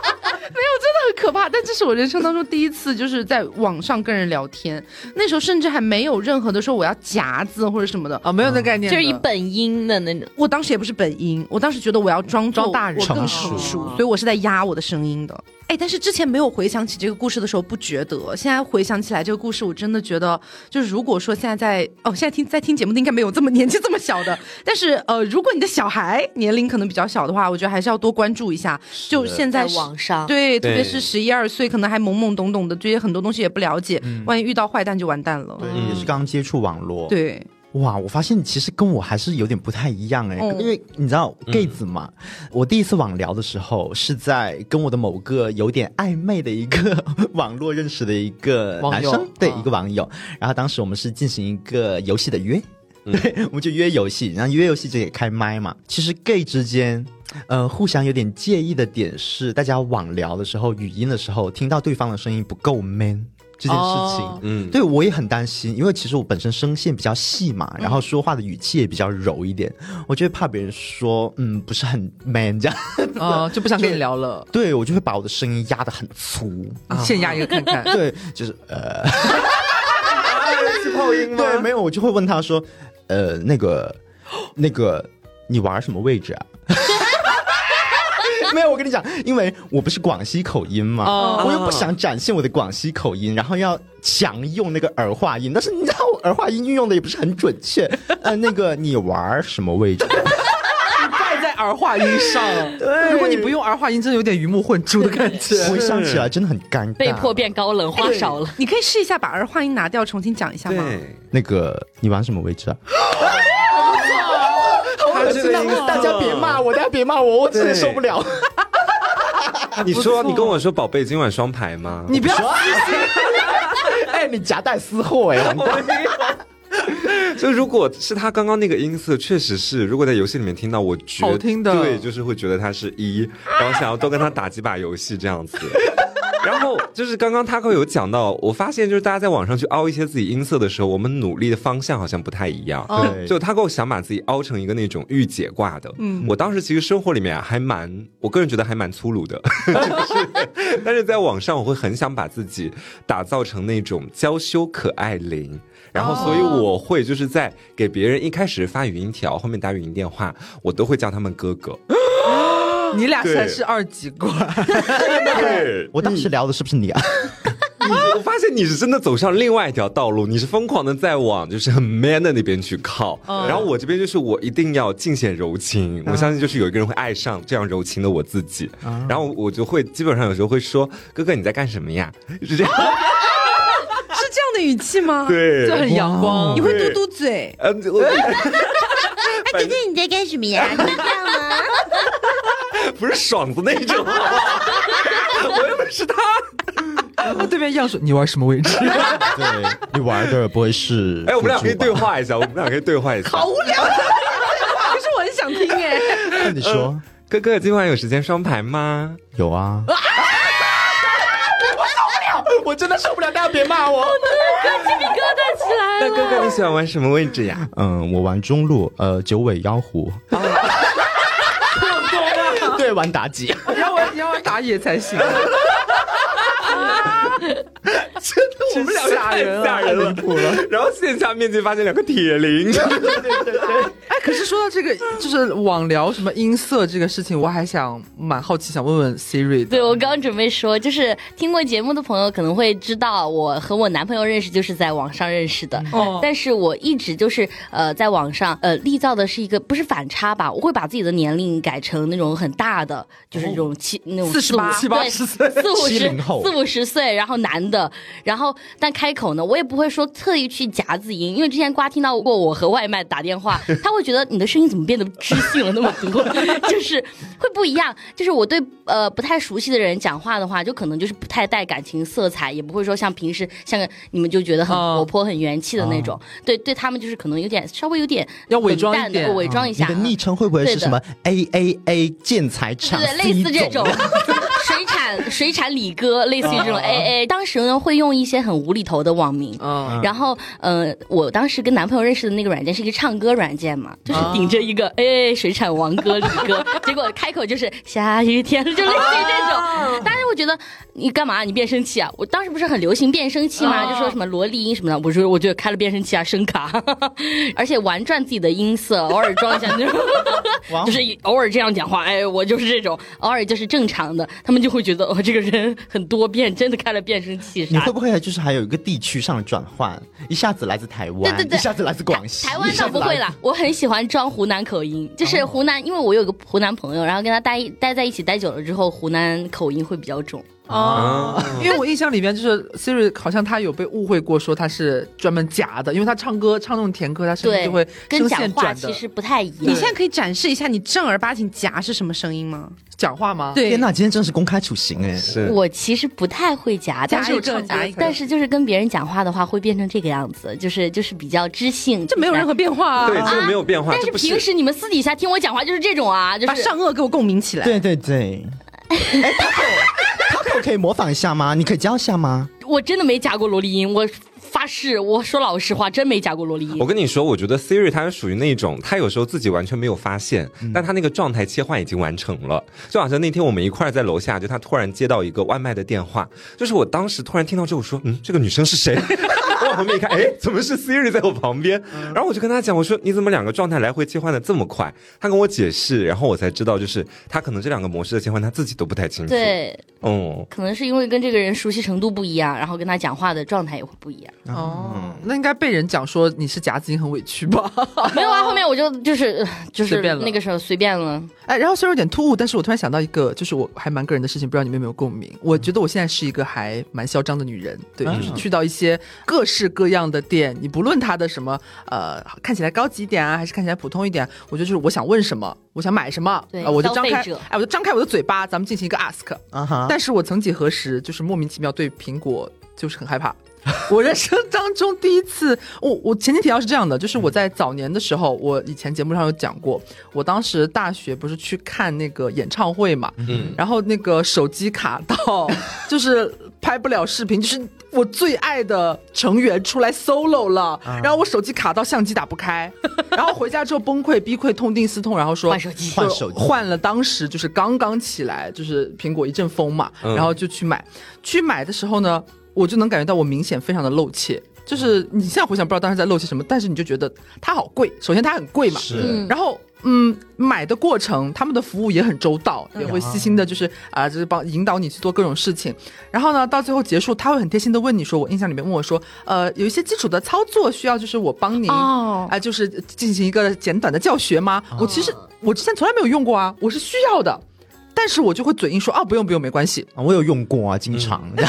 Speaker 1: 很可怕，但这是我人生当中第一次，就是在网上跟人聊天，那时候甚至还没有任何的说我要夹子或者什么的，
Speaker 3: 啊，没有那概念
Speaker 5: 就
Speaker 3: 的，
Speaker 5: 是以本音的那种，
Speaker 1: 我当时也不是本音，我当时觉得我要装作
Speaker 3: 装大人
Speaker 1: 我更
Speaker 4: 成
Speaker 1: 成
Speaker 4: 熟
Speaker 1: 熟，所以我是在压我的声音的。哎，但是之前没有回想起这个故事的时候不觉得，现在回想起来这个故事，我真的觉得，就是如果说现在在哦，现在听在听节目的应该没有这么年纪这么小的， 但是呃，如果你的小孩年龄可能比较小的话，我觉得还是要多关注一下。就现在
Speaker 5: 在网上，
Speaker 1: 对，特别
Speaker 2: 对
Speaker 1: 是十一二岁，可能还懵懵
Speaker 2: 嗯
Speaker 1: 懂懂的，对于很多东西也不了解，万一遇到坏蛋就完蛋了。
Speaker 4: 对，也是刚接触网络。
Speaker 1: 对，
Speaker 4: 哇，我发现其实跟我还是有点不太一样哎、
Speaker 1: 嗯
Speaker 4: 因为你知道 gay 子嘛，我第一次网聊的时候是在跟我的某个有点暧昧的一个 网络认识的一个
Speaker 3: 网
Speaker 4: 男
Speaker 3: 友
Speaker 4: 生，对、
Speaker 3: 啊
Speaker 4: 一个网友，然后当时我们是进行一个游戏的约， 对，我们就约游戏，然后约游戏就得开麦嘛。其实 gay 之间，呃，互相有点介意的点是，大家网聊的时候、语音的时候，听到对方的声音不够 man 这件事情。
Speaker 3: 哦
Speaker 2: 嗯，
Speaker 4: 对，我也很担心，因为其实我本身声线比较细嘛，然后说话的语气也比较柔一点，我就会怕别人说，嗯，不是很 man 这样。
Speaker 3: 啊，就不想跟你聊 了，
Speaker 4: 对，我就会把我的声音压得很粗。
Speaker 3: 你现压一个看 看。
Speaker 4: 对，就是 呃，气泡音吗？对，没有，我就会问他说，呃，那个， 那个，你玩什么位置啊？ 没有，我跟你讲，因为我不是广西口音嘛，
Speaker 3: 哦
Speaker 4: 我又不想展现我的广西口音，然后要强用那个儿化音，但是你知道我儿化音运用的也不是很准确。 呃，那个你玩什么位置？
Speaker 3: 败在儿化音上。 对，如果你不用儿化音，真的有点鱼目混珠的感觉。
Speaker 4: 我一想起来真的很尴尬。
Speaker 5: 被迫变高冷，话少 了。
Speaker 1: 你可以试一下把儿化音拿掉，重新讲一下吗？
Speaker 2: 对，
Speaker 4: 那个你玩什么位置啊？
Speaker 2: 他这个音色
Speaker 4: 大家别骂啊我，大家别骂我，我真的
Speaker 2: 对
Speaker 4: 受不了。
Speaker 2: 你说你跟我说，宝贝，今晚双排吗？
Speaker 3: 你不要
Speaker 4: 哎，你夹带私货哎，很
Speaker 2: 就如果是他刚刚那个音色，确实是，如果在游戏里面听到，我觉
Speaker 3: 好听的
Speaker 2: 对，就是会觉得他是一，然后想要多跟他打几把游戏这样子。然后就是刚刚 Taco 有讲到，我发现就是大家在网上去凹一些自己音色的时候，我们努力的方向好像不太一样。
Speaker 4: 对
Speaker 2: 就 Taco 想把自己凹成一个那种御姐挂的，嗯，我当时其实生活里面啊还蛮，我个人觉得还蛮粗鲁的，就是，但是在网上我会很想把自己打造成那种娇羞可爱零，然后所以我会就是在给别人一开始发语音条，后面打语音电话，我都会叫他们哥哥，
Speaker 3: 你俩才是二极管。
Speaker 2: 对。
Speaker 4: 我当时聊的是不是你啊？
Speaker 2: 我发现你是真的走上另外一条道路，你是疯狂的在往就是很 man 的那边去靠，然后我这边就是我一定要尽显柔情，我相信就是有一个人会爱上这样柔情的我自己，然后我就会基本上有时候会说哥哥你在干什么呀？是这样，
Speaker 1: 是这样的语气吗？
Speaker 2: 对
Speaker 1: 就很阳光。你会
Speaker 2: 对
Speaker 1: 嘟嘟嘴，
Speaker 2: 呃， 我
Speaker 6: 哎，哥哥你在干什么呀？你这样吗？
Speaker 2: 不是爽子那种， 我又不是他，
Speaker 3: 那对面样说你玩什么位置？
Speaker 4: 对，你玩的不会是？
Speaker 2: 哎，我们俩可以对，话一下，我们俩可以对话一下，
Speaker 1: 好无聊。 可是我很想听哎，
Speaker 4: 你说
Speaker 2: 哥哥今晚有时间双排吗？
Speaker 4: 有啊。
Speaker 3: 我真的受不了，大家别骂我。
Speaker 2: 那哥哥你喜欢玩什么位置呀？
Speaker 4: 嗯，我玩中路，呃，九尾妖狐。对，玩妲己，
Speaker 3: 你要玩你要玩打野才 行，
Speaker 2: 我
Speaker 3: 真
Speaker 2: 们
Speaker 3: 的
Speaker 2: 两 个
Speaker 3: 吓
Speaker 2: 太
Speaker 3: 人啊
Speaker 2: 吓
Speaker 3: 了。
Speaker 2: 人了，然后线下面前发现两个铁零，
Speaker 3: 哎， 可是说到这个，就是网聊什么音色这个事情，我还想蛮好奇，想问问 Siri 的。
Speaker 5: 对，我刚刚准备说，就是听过节目的朋友可能会知道，我和我男朋友认识就是在网上认识的。
Speaker 1: 哦
Speaker 5: 但是我一直就是呃，在网上呃立造的是一个不是反差吧，我会把自己的年龄改成那种很大的，就是那种七、那种
Speaker 3: 48
Speaker 5: 五
Speaker 3: 七八
Speaker 5: 对
Speaker 3: 哦十岁
Speaker 5: 四五十
Speaker 4: 70后
Speaker 5: 四五十岁，然后男的，然后但开口呢，我也不会说特意去夹子音，因为之前瓜听到过我和外卖打 电话，他会觉得你的声音怎么变得知性了那么多， 就是会不一样。就是我对呃不太熟悉的人讲话的话，就可能就是不太带感情色彩，也不会说像平时像个你们就觉得很
Speaker 3: 哦
Speaker 5: 活泼、很元气的那种。对对，他们就是可能有点稍微有点
Speaker 3: 嗯要伪装一
Speaker 5: 冷淡的
Speaker 3: 点
Speaker 5: 伪装一
Speaker 4: 你
Speaker 5: 下。啊嗯
Speaker 4: 的昵称会不会是什么 A A A 建材厂
Speaker 5: 对对，类似
Speaker 4: C
Speaker 5: 这种 啊水产水产李哥，类似于这种 A A。当时呢，会用一些很无厘头的网名。
Speaker 3: 嗯，
Speaker 5: 然后，呃，我当时跟男朋友认识的那个软件是一个唱歌软件嘛，就是顶着一个哎水产王哥李 哥，结果开口就是下雨天，就类似于这种。但是我觉得你干嘛？你变声器啊？我当时不是很流行变声器吗？
Speaker 3: 哦
Speaker 5: 就说什么萝莉音什么的，我说我就开了变声器啊，声卡， 而且玩转自己的音色，偶尔装一下那种。
Speaker 4: 哇
Speaker 5: 就是偶尔这样讲话，哎，我就是这种，偶尔就是正常的，他们就会觉得哦，这个人很多变，真的开了变声器
Speaker 4: 你
Speaker 5: 啥
Speaker 4: 会
Speaker 5: 的。
Speaker 4: 不会就是还有一个地区上的转换，一下子来自台湾，
Speaker 5: 对对对
Speaker 4: 一下子来自广西，
Speaker 5: 台湾
Speaker 4: 一下
Speaker 5: 倒
Speaker 4: 子
Speaker 5: 不
Speaker 4: 来
Speaker 5: 会
Speaker 4: 自
Speaker 5: 了，我很喜欢装湖南口音，就是湖南，因为我有个湖南朋友，然后跟他待一待在一起待久了之后，湖南口音会比较重。
Speaker 3: 哦，
Speaker 2: 啊
Speaker 3: 因为我印象里面就是 Siri 好像他有被误会过，说他是专门夹的，因为他唱歌唱那种甜歌，他声音
Speaker 5: 对
Speaker 3: 就会，
Speaker 5: 跟
Speaker 3: 声
Speaker 5: 讲
Speaker 3: 线
Speaker 5: 话
Speaker 3: 转的
Speaker 5: 其。实不太一
Speaker 1: 你
Speaker 5: 样
Speaker 1: 现。在可以展示一下你正儿八经夹是什么声音吗？
Speaker 3: 讲话吗？
Speaker 1: 对
Speaker 4: 天呐，哎今天真是公开处刑哎！
Speaker 2: 是
Speaker 5: 我其实不太会夹，
Speaker 1: 夹
Speaker 5: 但是
Speaker 1: 一个
Speaker 5: 唱歌
Speaker 1: 夹一个
Speaker 5: 但是就是跟别人讲话的话，会变成这个样子，就是就是比较知性，
Speaker 1: 这没有任何变化啊！
Speaker 2: 对，这个没有变
Speaker 3: 哦
Speaker 2: 化，
Speaker 5: 但
Speaker 2: 这
Speaker 5: 是
Speaker 2: 不
Speaker 5: 平时你们私底下听我讲话就是这种啊，就
Speaker 1: 把
Speaker 5: 是
Speaker 1: 上颚给我共鸣起来。
Speaker 4: 对对对，哎，Taco Taco 可以模仿一下吗？你可以教一下吗？
Speaker 5: 我真的没夹过萝莉音，我发誓，我说老实话，真没夹过萝莉音
Speaker 2: 我。跟你说，我觉得 Siri 它是属于那种，它有时候自己完全没有发现，但它那个状态切换已经完成了。就好像那天我们一块儿在楼下，就他突然接到一个外卖的电话，就是我当时突然听到之后我说，嗯，这个女生是谁？我往旁边一看，哎，怎么是 Siri 在我旁边？然后我就跟他讲，我说你怎么两个状态来回切换的这么快？他跟我解释，然后我才知道，就是他可能这两个模式的切换他自己都不太清楚。，
Speaker 5: 对，
Speaker 2: 嗯，
Speaker 5: 可能是因为跟这个人熟悉程度不一样，然后跟他讲话的状态也会不一样。
Speaker 3: 哦，那应该被人讲说你是夹子音很委屈吧？
Speaker 1: 哦
Speaker 5: 没有啊，后面我就就是呃就
Speaker 3: 随
Speaker 5: 是
Speaker 3: 便了
Speaker 5: 那个时候随便了，
Speaker 3: 哎，然后虽然有点突兀，但是我突然想到一个，就是我还蛮个人的事情，不知道你们有没有共鸣？
Speaker 5: 嗯
Speaker 3: 我觉得我现在是一个还蛮嚣张的女人，对，就是去到一些各式各样的店，你不论它的什么，呃，看起来高级一点啊，还是看起来普通一点，我就是我想问什么，我想买什么，
Speaker 5: 对
Speaker 3: 啊我就
Speaker 5: 消
Speaker 3: 张
Speaker 5: 费
Speaker 3: 开
Speaker 5: 者，
Speaker 3: 哎，我就张开我的嘴巴，咱们进行一个 ask。
Speaker 4: 啊哈，
Speaker 3: 但是我曾几何时，就是莫名其妙对苹果就是很害怕。 我人生当中第一次，我我前提条是这样的，就是我在早年的时候，我以前节目上有讲过，我当时大学不是去看那个演唱会嘛，
Speaker 2: 嗯
Speaker 3: 然后那个手机卡到，就是拍不了视频，就是我最爱的成员出来 solo 了，然后我手机卡到相机打不开，然后回家之后崩溃、逼溃、痛定思痛，然后说
Speaker 5: 换手机
Speaker 4: 换手机
Speaker 3: 换了当时就是刚刚起来，就是苹果一阵风嘛，
Speaker 2: 嗯
Speaker 3: 然后就去买。去买的时候呢，我就能感觉到我明显非常的露怯。就是你现在回想不知道当时在露怯什么，但是你就觉得它好贵。首先它很贵嘛，
Speaker 2: 是
Speaker 5: 嗯
Speaker 3: 然后。嗯，买的过程，他们的服务也很周到，也会细心的，就是啊、就是帮引导你去做各种事情。然后呢，到最后结束，他会很贴心的问你说，我印象里面问我说，呃，有一些基础的操作需要，就是我帮您
Speaker 1: 哦
Speaker 3: 啊、就是进行一个简短的教学吗？我其实我之前从来没有用过啊，我是需要的，但是我就会嘴硬说啊，不用不用，没关系，
Speaker 4: 啊我有用过啊，经常。
Speaker 3: 但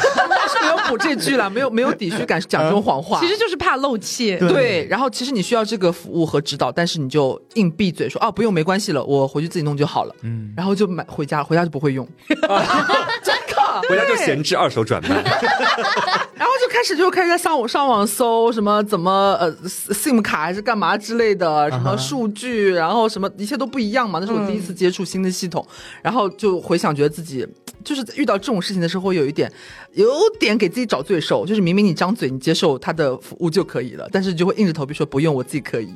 Speaker 3: 是没有补这句了，没有没有底虚感讲这种谎话。
Speaker 1: 嗯其实就是怕漏气。
Speaker 4: 对
Speaker 3: 对，然后其实你需要这个服务和指导，但是你就硬闭嘴说啊，不用，没关系了，我回去自己弄就好了。嗯，然后就买回家，回家就不会用，真的。
Speaker 2: 回家就闲置二手转卖，
Speaker 3: 然后就开始就开始在上网上网搜什么怎么呃 SIM 卡还是干嘛之类的，
Speaker 1: 啊
Speaker 3: 什么数据，然后什么一切都不一样嘛。那是
Speaker 1: 嗯
Speaker 3: 我第一次接触新的系统，然后就回想觉得自己。就是遇到这种事情的时候，会有一点，有点给自己找罪受。就是明明你张嘴，你接受他的服务就可以了，但是你就会硬着头皮说不用，我自己可以。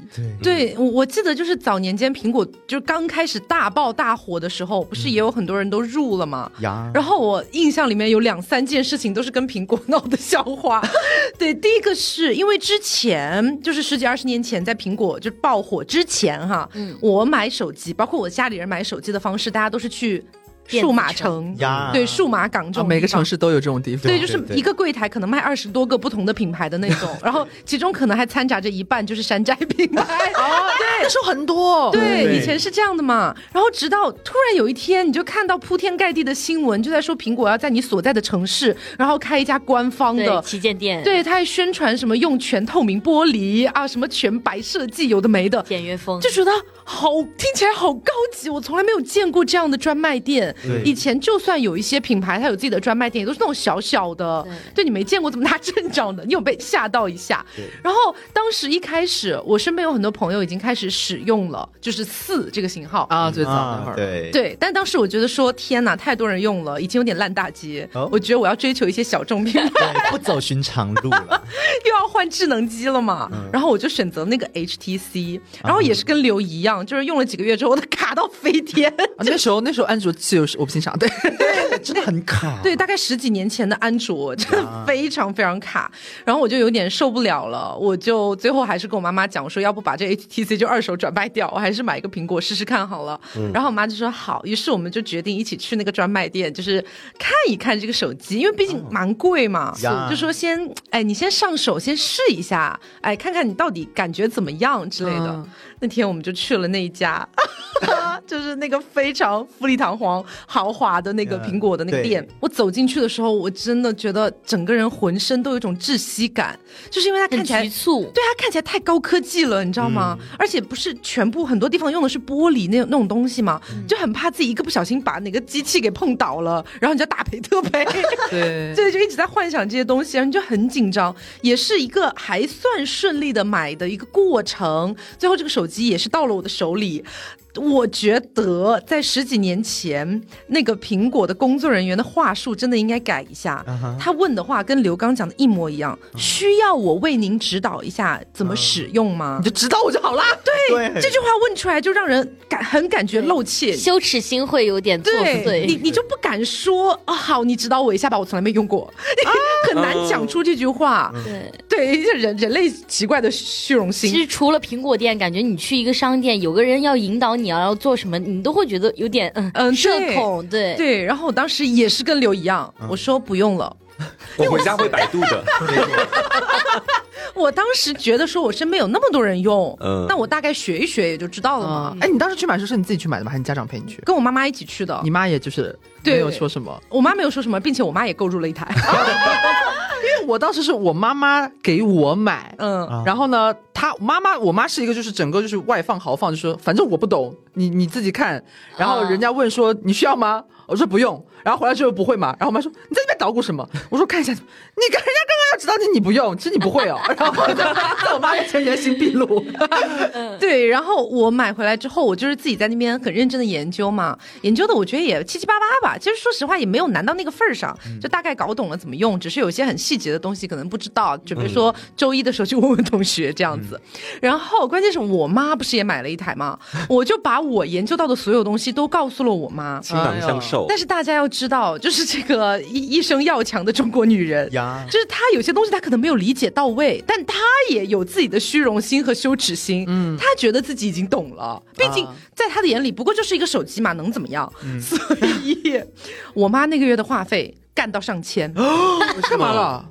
Speaker 1: 对，我我记得就是早年间苹果就是刚开始大爆大火的时候，不是也有很多人都入了吗？
Speaker 4: 呀，
Speaker 1: 然后我印象里面有两三件事情都是跟苹果闹的笑 话。对，第一个是因为之前就是十几二十年前在苹果就爆火之前哈，
Speaker 5: 嗯
Speaker 1: 我买手机，包括我家里人买手机的方式，大家都是去
Speaker 5: 电子
Speaker 1: 数码
Speaker 5: 城
Speaker 1: 城，
Speaker 4: 呀
Speaker 1: 对，数码港这
Speaker 3: 啊，
Speaker 1: 种、
Speaker 3: 每个城。市都有这种地方。
Speaker 1: 对，
Speaker 4: 对
Speaker 1: 就是
Speaker 4: 对
Speaker 1: 一个柜台可能卖二十多个不同的品牌的那种， 然后其中可能还掺杂着一半就是山寨品牌。
Speaker 3: 哦，对，那时候很多。
Speaker 1: 对，
Speaker 4: 对
Speaker 1: 以前是这样的嘛。然后直到突然有一天，你就看到铺天盖地的新闻，就在说苹果要在你所在的城市，然后开一家官方
Speaker 5: 对，
Speaker 1: 的。
Speaker 5: 旗舰店，，
Speaker 1: 对，他还宣传什么用全透明玻璃啊，什么全白设计，有的没的，
Speaker 5: 简约风
Speaker 1: 就觉得好听起来好高级，我从来没有见过这样的专卖店。以前就算有一些品牌，它有自己的专卖店，也都是那种小小的，
Speaker 5: 对
Speaker 1: 对你没见过这么大阵仗的，你有被吓到一下。然后当时一开始，我身边有很多朋友已经开始使用了，就是四这个型号。
Speaker 3: 啊，最早那会
Speaker 4: 啊，
Speaker 3: 儿。
Speaker 4: 对，
Speaker 1: 对，但当时我觉得说，天哪，太多人用了，已经有点烂大街。
Speaker 4: 哦
Speaker 1: 我觉得我要追求一些小众品牌，
Speaker 4: 对，不走寻常路 了。
Speaker 1: 又要换智能机了嘛。然后我就选择那个 HTC，然后也是跟刘一样，就是用了几个月之后，我的卡到飞天。
Speaker 3: 啊那时候那时候安卓七有我不欣赏，对，
Speaker 4: 真的很卡。
Speaker 1: 对，大概十几年前的安卓真的非常非常卡，然后我就有点受不了了，我就最后还是跟我妈妈讲说，要不把这 HTC 就二手转卖掉，我还是买一个苹果试试看好了。然后我妈就说好，于是我们就决定一起去那个专卖店，就是看一看这个手机，因为毕竟蛮贵嘛，
Speaker 4: 呀
Speaker 1: 就说先哎你先上手先试一下，哎看看你到底感觉怎么样 之类的。
Speaker 3: 嗯
Speaker 1: 那天我们就去了那一家，就是那个非常富丽堂皇，豪华的那个苹果的那个店。我走进去的时候，我真的觉得整个人浑身都有一种窒息感，就是因为它
Speaker 5: 很
Speaker 1: 看起来
Speaker 5: 局促。
Speaker 1: 对它看起来太高科技了，你知道吗？而且不是全部很多地方用的是玻璃那那种东西嘛，就很怕自己一个不小心把哪个机器给碰倒了，然后你就大赔特赔。
Speaker 3: 对，
Speaker 1: 对，就一直在幻想这些东西，然后你就很紧张，也是一个还算顺利的买的一个过程。最后这个手机也是到了我的手里。我觉得在十几年前，那个苹果的工作人员的话术真的应该改一下。他问的话跟刘刚讲的一模一样，需要我为您指导一下怎么使用吗
Speaker 3: 你？就知道我就好啦。
Speaker 1: 对，
Speaker 4: 对
Speaker 1: 这句话问出来就让人感很感觉露怯。
Speaker 5: 羞耻心会有点作
Speaker 1: 对你，
Speaker 5: 祟，
Speaker 1: 你就不敢说啊、好，你指导我一下吧，我从来没用过，
Speaker 3: 啊
Speaker 1: 很难讲出这句话。
Speaker 3: 哦
Speaker 5: 对，
Speaker 1: 对，这人人类奇怪的虚荣
Speaker 5: 其
Speaker 1: 心。
Speaker 5: 实除了苹果店，感觉你去一个商店，有个人要引导你要做什么，你都会觉得有点嗯
Speaker 1: 嗯
Speaker 5: 社
Speaker 1: 对
Speaker 5: 恐，对
Speaker 1: 对，然后我当时也是跟刘一样，
Speaker 3: 嗯
Speaker 1: 我说不用了。
Speaker 2: 我回家会百度的。
Speaker 1: 我当时觉得说我身边有那么多人用，
Speaker 2: 嗯
Speaker 1: 那我大概学一学也就知道了嘛。
Speaker 3: 嗯，哎，你当时去买的时候是你自己去买的吗？还是你家长陪你去？
Speaker 1: 跟我妈妈一起去的
Speaker 3: 你，妈也就是
Speaker 1: 对
Speaker 3: 没有说什么，
Speaker 1: 我妈没有说什么，并且我妈也购入了一台。
Speaker 3: 因为我当时是我妈妈给我买，
Speaker 1: 嗯，
Speaker 3: 然后呢，她妈妈我妈是一个就是整个就是外放豪放，就说反正我不懂，你你自己看。然后
Speaker 5: 啊
Speaker 3: 人家问说你需要吗？我说不用。然后回来之后不会嘛？然后我妈说你在那边捣鼓什么？我说看一下，你看人家刚刚要指导你，你不用，其实你不会哦。 然后就在我妈面前原形毕露。
Speaker 1: 对。然后我买回来之后，我就是自己在那边很认真的研究嘛，研究的我觉得也七七八八吧。其实说实话也没有难到那个份儿上，就大概搞懂了怎么用，只是有一些很细节的东西可能不知道，准备说周一的时候去问问同学这样子。然后关键是我妈不是也买了一台嘛，我就把我研究到的所有东西都告诉了我妈。
Speaker 2: 倾囊相授
Speaker 1: 但，是大家要知道，就是这个一一生要强的中国女人
Speaker 4: 呀
Speaker 1: 就是她有些东西她可能没有理解到位，但她也有自己的虚荣心和羞耻心，嗯，她觉得自己已经懂了，毕竟
Speaker 3: 啊嗯
Speaker 1: 在她的眼里不过就是一个手机嘛，能怎么样？ 所以，我妈那个月的话费干到上千，
Speaker 3: 啊
Speaker 1: 真
Speaker 3: 干嘛了？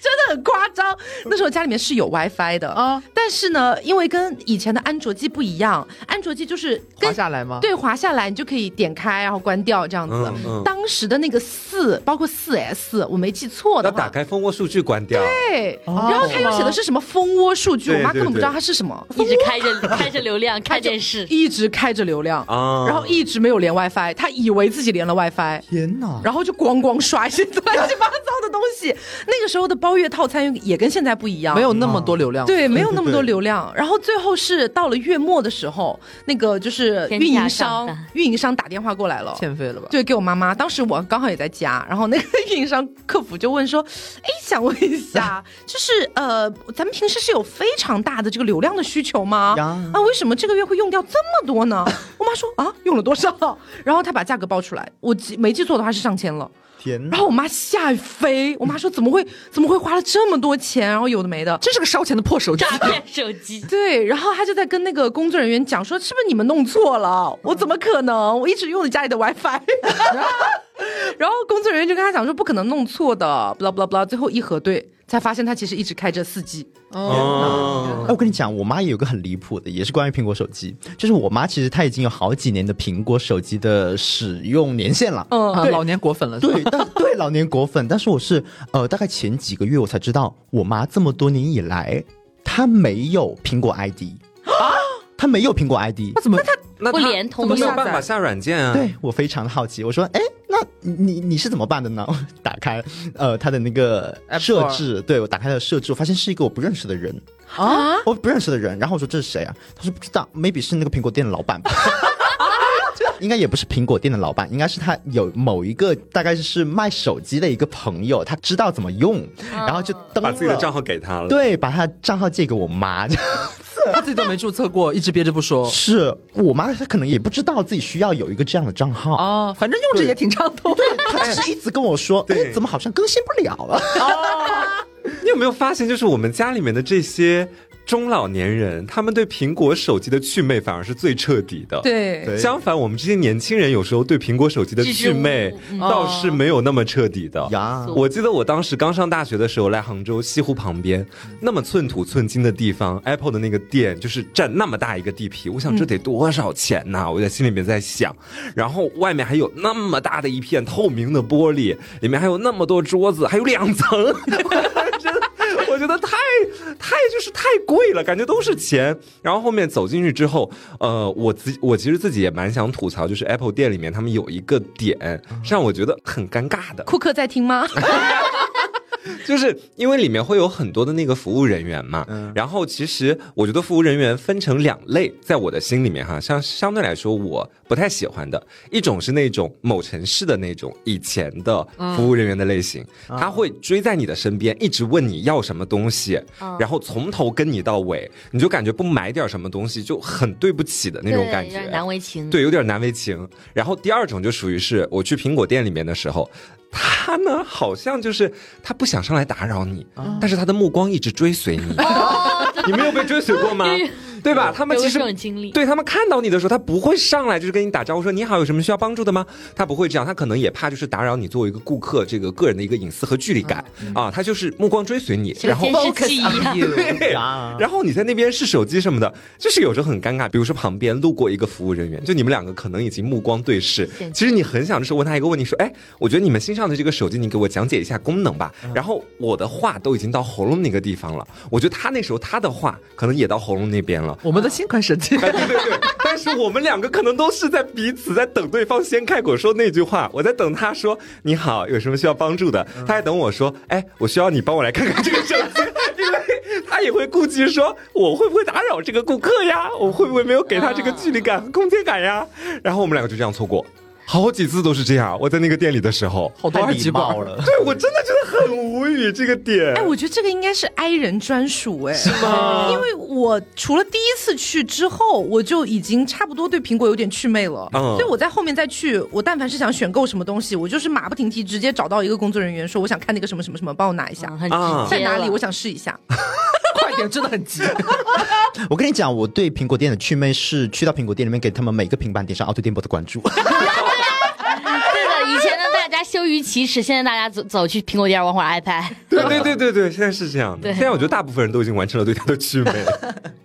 Speaker 1: 的很夸张。那时候家里面是有 WiFi 的
Speaker 3: 啊，
Speaker 1: 但是呢，因为跟以前的安卓机不一样，安卓机就是
Speaker 3: 滑
Speaker 1: 跟
Speaker 3: 下来吗？
Speaker 1: 对，滑下来你就可以点开，然后关掉这样子。
Speaker 2: 嗯嗯
Speaker 1: 当时的那个四，包括四 S，我没记错
Speaker 2: 要
Speaker 1: 的
Speaker 2: 打
Speaker 1: 话，
Speaker 2: 开蜂窝数据关掉。
Speaker 1: 对。
Speaker 3: 哦
Speaker 1: 然后它又写的是什么蜂窝数据，
Speaker 2: 对
Speaker 1: 我妈根本
Speaker 2: 对
Speaker 1: 不知道
Speaker 2: 对
Speaker 1: 它是什么，
Speaker 5: 一直开 着开着流量看电视，
Speaker 1: 一直开着流量，
Speaker 2: 啊
Speaker 1: 然后一直没有连 WiFi，她以为自己连了 WiFi。
Speaker 4: 天哪！
Speaker 1: 然后就咣咣刷一些乱七八糟的东西。 那个时候的包月套餐也跟现在不一样，
Speaker 3: 没有那么多流量。
Speaker 1: 对，没有那么多
Speaker 4: 对
Speaker 1: 流量。然后最后是到了月末的时候，那个就是
Speaker 5: 天
Speaker 1: 运
Speaker 5: 价
Speaker 1: 营
Speaker 5: 上
Speaker 1: 商
Speaker 5: 当，
Speaker 1: 运营商打电话过来了，
Speaker 3: 欠费了吧？
Speaker 1: 对，给我妈妈。当时我刚好也在家，然后那个运营商客服就问说：“哎，想问一下，就是呃，咱们平时是有非常大的这个流量的需求吗？
Speaker 4: 呀
Speaker 1: 啊，为什么这个月会用掉这么多呢？”我妈说：“啊，用了多少？”然后她把价格报出来，我记没记错的话是上千了。
Speaker 4: 天
Speaker 1: 然后我妈吓飞，我妈说：“怎么会怎么会花了这么多钱？然后有的没的。”
Speaker 3: 真是个烧钱的破 手机。
Speaker 5: 诈骗手机。
Speaker 1: 对，然后他就在跟那个工作人员讲说，是不是你们弄错了？我怎么可能？我一直用的家里的 WiFi。然后工作人员就跟他讲说，不可能弄错的，blah blah blah。最后一核对，才发现他其实一直开着四 G。
Speaker 5: 哦
Speaker 4: 哎，我跟你讲，我妈也有个很离谱的，也是关于苹果手机。就是我妈其实她已经有好几年的苹果手机的使用年限了。
Speaker 1: 嗯，
Speaker 3: 啊，
Speaker 1: 对
Speaker 3: 老年果粉了。
Speaker 4: 对，但 对老年果粉，但是我是呃，大概前几个月我才知道，我妈这么多年以来，她没有苹果 ID 啊，她没有苹果 ID。
Speaker 3: 那怎么
Speaker 2: 那
Speaker 5: 不
Speaker 2: 他
Speaker 5: 联通
Speaker 2: 他没有
Speaker 5: 下
Speaker 2: 办
Speaker 3: 载
Speaker 2: 法下软
Speaker 3: 嗯
Speaker 2: 件啊。
Speaker 4: 对我非常好奇，我说，哎，那你你是怎么办的呢？ 我打开呃它的那个
Speaker 3: App
Speaker 4: 设
Speaker 3: Store
Speaker 4: 置，对我打开了设置，我发现是一个我不认识的人，
Speaker 1: 啊，
Speaker 4: 我不认识的人，然后我说这是谁啊？他说不知道，maybe 是那个苹果店的老板吧。 应该也不是苹果店的老板，应该是他有某一个大概是卖手机的一个朋友，他知道怎么用，
Speaker 3: 啊
Speaker 4: 然后就登
Speaker 2: 把
Speaker 4: 了
Speaker 2: 自己的账号给他了。，
Speaker 4: 对，把他账号借给我妈。
Speaker 5: 啊
Speaker 3: 他自己都没注册过，一直憋着不说。
Speaker 4: 是我妈，她可能也不知道自己需要有一个这样的账号，
Speaker 3: 哦，反正用着也挺畅通。对，
Speaker 4: 她只是一直跟我说，
Speaker 2: 对
Speaker 4: 哎，怎么好像更新不了了？啊
Speaker 2: 你有没有发现，就是我们家里面的这些中老年人他们对苹果手机的祛魅反而是最彻底的。。
Speaker 1: 对，
Speaker 4: 对
Speaker 2: 相反，我们这些年轻人有时候对苹果手机的祛魅
Speaker 5: 支嗯
Speaker 2: 倒是没有那么彻底的。
Speaker 4: 呀，
Speaker 2: 我记得我当时刚上大学的时候，来杭州西湖旁边，那么寸土寸金的地方，Apple 的那个店就是占那么大一个地皮，我想这得多少钱呐、我在心里面在想，然后外面还有那么大的一片透明的玻璃，里面还有那么多桌子，还有两层， 我真的我觉得太太就是太贵了，感觉都是钱。然后后面走进去之后，呃，我自我其实自己也蛮想吐槽，就是 Apple 店里面他们有一个点是让我觉得很尴尬的，
Speaker 1: 库克在听吗？
Speaker 2: 就是因为里面会有很多的那个服务人员嘛，然后其实我觉得服务人员分成两类，在我的心里面哈，像相对来说我不太喜欢的一种是那种某城市的那种以前的服务人员的类型，他会追在你的身边，一直问你要什么东西，然后从头跟你到尾，你就感觉不买点什么东西就很对不起的那种感觉，
Speaker 5: 有点难为情。
Speaker 2: 对，有点难为情。然后第二种就属于是我去苹果店里面的时候，他呢好像就是他不想上来打扰你，
Speaker 5: 啊
Speaker 2: 但是他的目光一直追随 你。
Speaker 5: 哦
Speaker 2: 你没有被追随过吗？对吧？他们
Speaker 5: 有
Speaker 2: 其
Speaker 5: 这
Speaker 2: 实
Speaker 5: 种经历，
Speaker 2: 对他们看到你的时候，他不会上来就是跟你打招呼说你好，有什么需要帮助的吗？他不会这样，他可能也怕就是打扰你作为一个顾客这个个人的一个隐私和距离感
Speaker 5: 嗯
Speaker 2: 啊，他就是目光追随你，
Speaker 5: 像
Speaker 2: 然后
Speaker 5: 监视器一样。
Speaker 2: 对，
Speaker 4: 呀
Speaker 2: 然后你在那边试手机什么的，就是有时候很尴尬。比如说旁边路过一个服务人员，就你们两个可能已经目光对视
Speaker 5: 对，
Speaker 2: 其实你很想就是问他一个问题，说，哎，我觉得你们新上的这个手机，你给我讲解一下功能吧。然后我的话都已经到喉咙那个地方了，我觉得他那时候他的话可能也到喉咙那边了。
Speaker 3: 我们的新款手机，
Speaker 2: 哎，对对对，但是我们两个可能都是在彼此在等对方先开口说那句话，我在等他说你好，有什么需要帮助的，他在等我说，哎，我需要你帮我来看看这个手机，因为他也会顾忌说我会不会打扰这个顾客 呀，我会不会没有给他这个距离感和空间感呀，然后我们两个就这样错过。好几次都是这样，我在那个店里的时候，
Speaker 3: 好多
Speaker 4: 太
Speaker 3: 二
Speaker 4: 礼
Speaker 3: 极管
Speaker 4: 貌。了。
Speaker 2: 对我真的觉得很无语这个 点。
Speaker 1: 哎，我觉得这个应该是 I 人专属哎，是
Speaker 2: 吗
Speaker 1: 因为我除了第一次去之后，我就已经差不多对苹果有点祛魅了，
Speaker 2: 嗯
Speaker 1: 所以我在后面再去，我但凡是想选购什么东西，我就是马不停蹄直接找到一个工作人员说，我想看那个什么什么什么，帮我拿一下，
Speaker 5: 嗯很
Speaker 2: 啊
Speaker 5: 直
Speaker 1: 在
Speaker 5: 接
Speaker 1: 哪里？
Speaker 5: 了
Speaker 1: 我想试一下。
Speaker 3: 快点，真的很急。
Speaker 4: 我跟你讲，我对苹果店的祛魅是去到苹果店里面给他们每个平板点上凹凸电波的关注。
Speaker 5: 对的，以前呢大家羞于启齿，现在大家走走去苹果店玩会儿 iPad。
Speaker 2: 对对对对对，现在是这样的。
Speaker 5: 对
Speaker 2: 现在我觉得大部分人都已经完成了对他的 祛魅。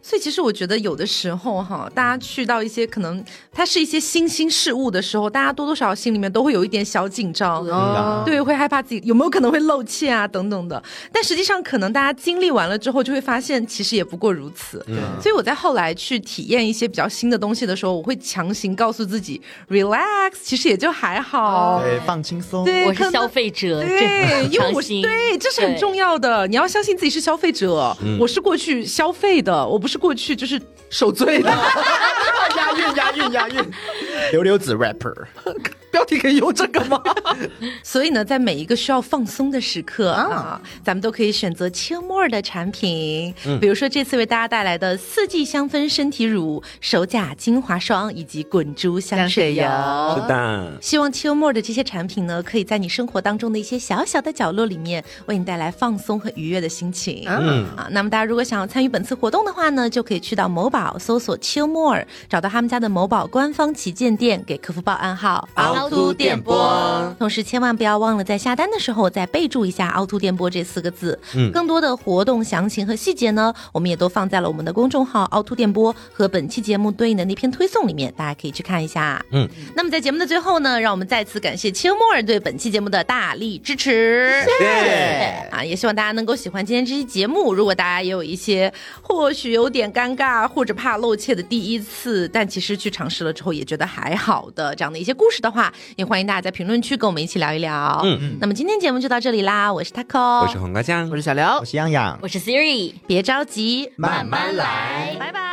Speaker 1: 所以其实我觉得有的时候哈，大家去到一些可能它是一些新兴事物的时候，大家多多少少心里面都会有一点小紧张，
Speaker 4: 啊
Speaker 1: 对，会害怕自己有没有可能会露怯啊等等的。但实际上，可能大家经历完了之后，就会发现其实也不过如此。所以我在后来去体验一些比较新的东西的时候，我会强行告诉自己 relax，其实也就还好。
Speaker 4: 对，放轻松。
Speaker 1: 对，
Speaker 5: 哦我是
Speaker 1: 可能
Speaker 5: 消费者，
Speaker 1: 对，因
Speaker 5: 这
Speaker 1: 为
Speaker 5: 很
Speaker 1: 我
Speaker 5: 伤
Speaker 1: 是
Speaker 5: 心。
Speaker 1: 对，这是很
Speaker 5: 对
Speaker 1: 重要的。你要相信自己是消费者，我是过去消费的，我不是过去就是
Speaker 3: 受罪的
Speaker 4: 押韵，押韵，押 韵。哦溜溜子 rapper，
Speaker 3: 标题可以用这个吗？
Speaker 1: 所以呢，在每一个需要放松的时刻啊，
Speaker 5: 嗯
Speaker 1: 咱们都可以选择切莫尔的产品，比如说这次为大家带来的四季香氛身体乳、手甲精华霜以及滚珠香水油。
Speaker 2: 是的。
Speaker 1: 希望 Chill More 的这些产品呢，可以在你生活当中的一些小小的角落里面，为你带来放松和愉悦的心情。嗯啊，那么大家如果想要参与本次活动的话呢，就可以去到某宝搜索 Chill More，找到他们家的某宝官方旗舰店，给客服报暗号
Speaker 5: 凹凸电波。
Speaker 1: 同时，千万不要忘了在下单的时候再备注一下“凹凸电波”这四个字。嗯，更多的活动详情和细节呢，我们也都放在了我们的公众号“凹凸电波”和本期节目对应的那篇推送里面，大家可以去看一下。嗯，那么在节目的最后呢，让我们再次感谢清末尔对本期节目的大力支持。
Speaker 2: 对，
Speaker 1: 啊，也希望大家能够喜欢今天这期节目。如果大家也有一些或许有点尴尬或者怕露怯的第一次，但其实去尝试了之后也觉得还好的这样的一些故事的话，也欢迎大家在评论区跟我们一起聊一聊。
Speaker 2: 嗯
Speaker 1: 嗯，那么今天节目就到这里啦，我是 Taco，
Speaker 2: 我是黄瓜酱
Speaker 3: 我，是小刘
Speaker 4: 我，是样样，
Speaker 5: 我是 Siri，
Speaker 1: 别着急，
Speaker 5: 慢慢来
Speaker 1: 拜拜。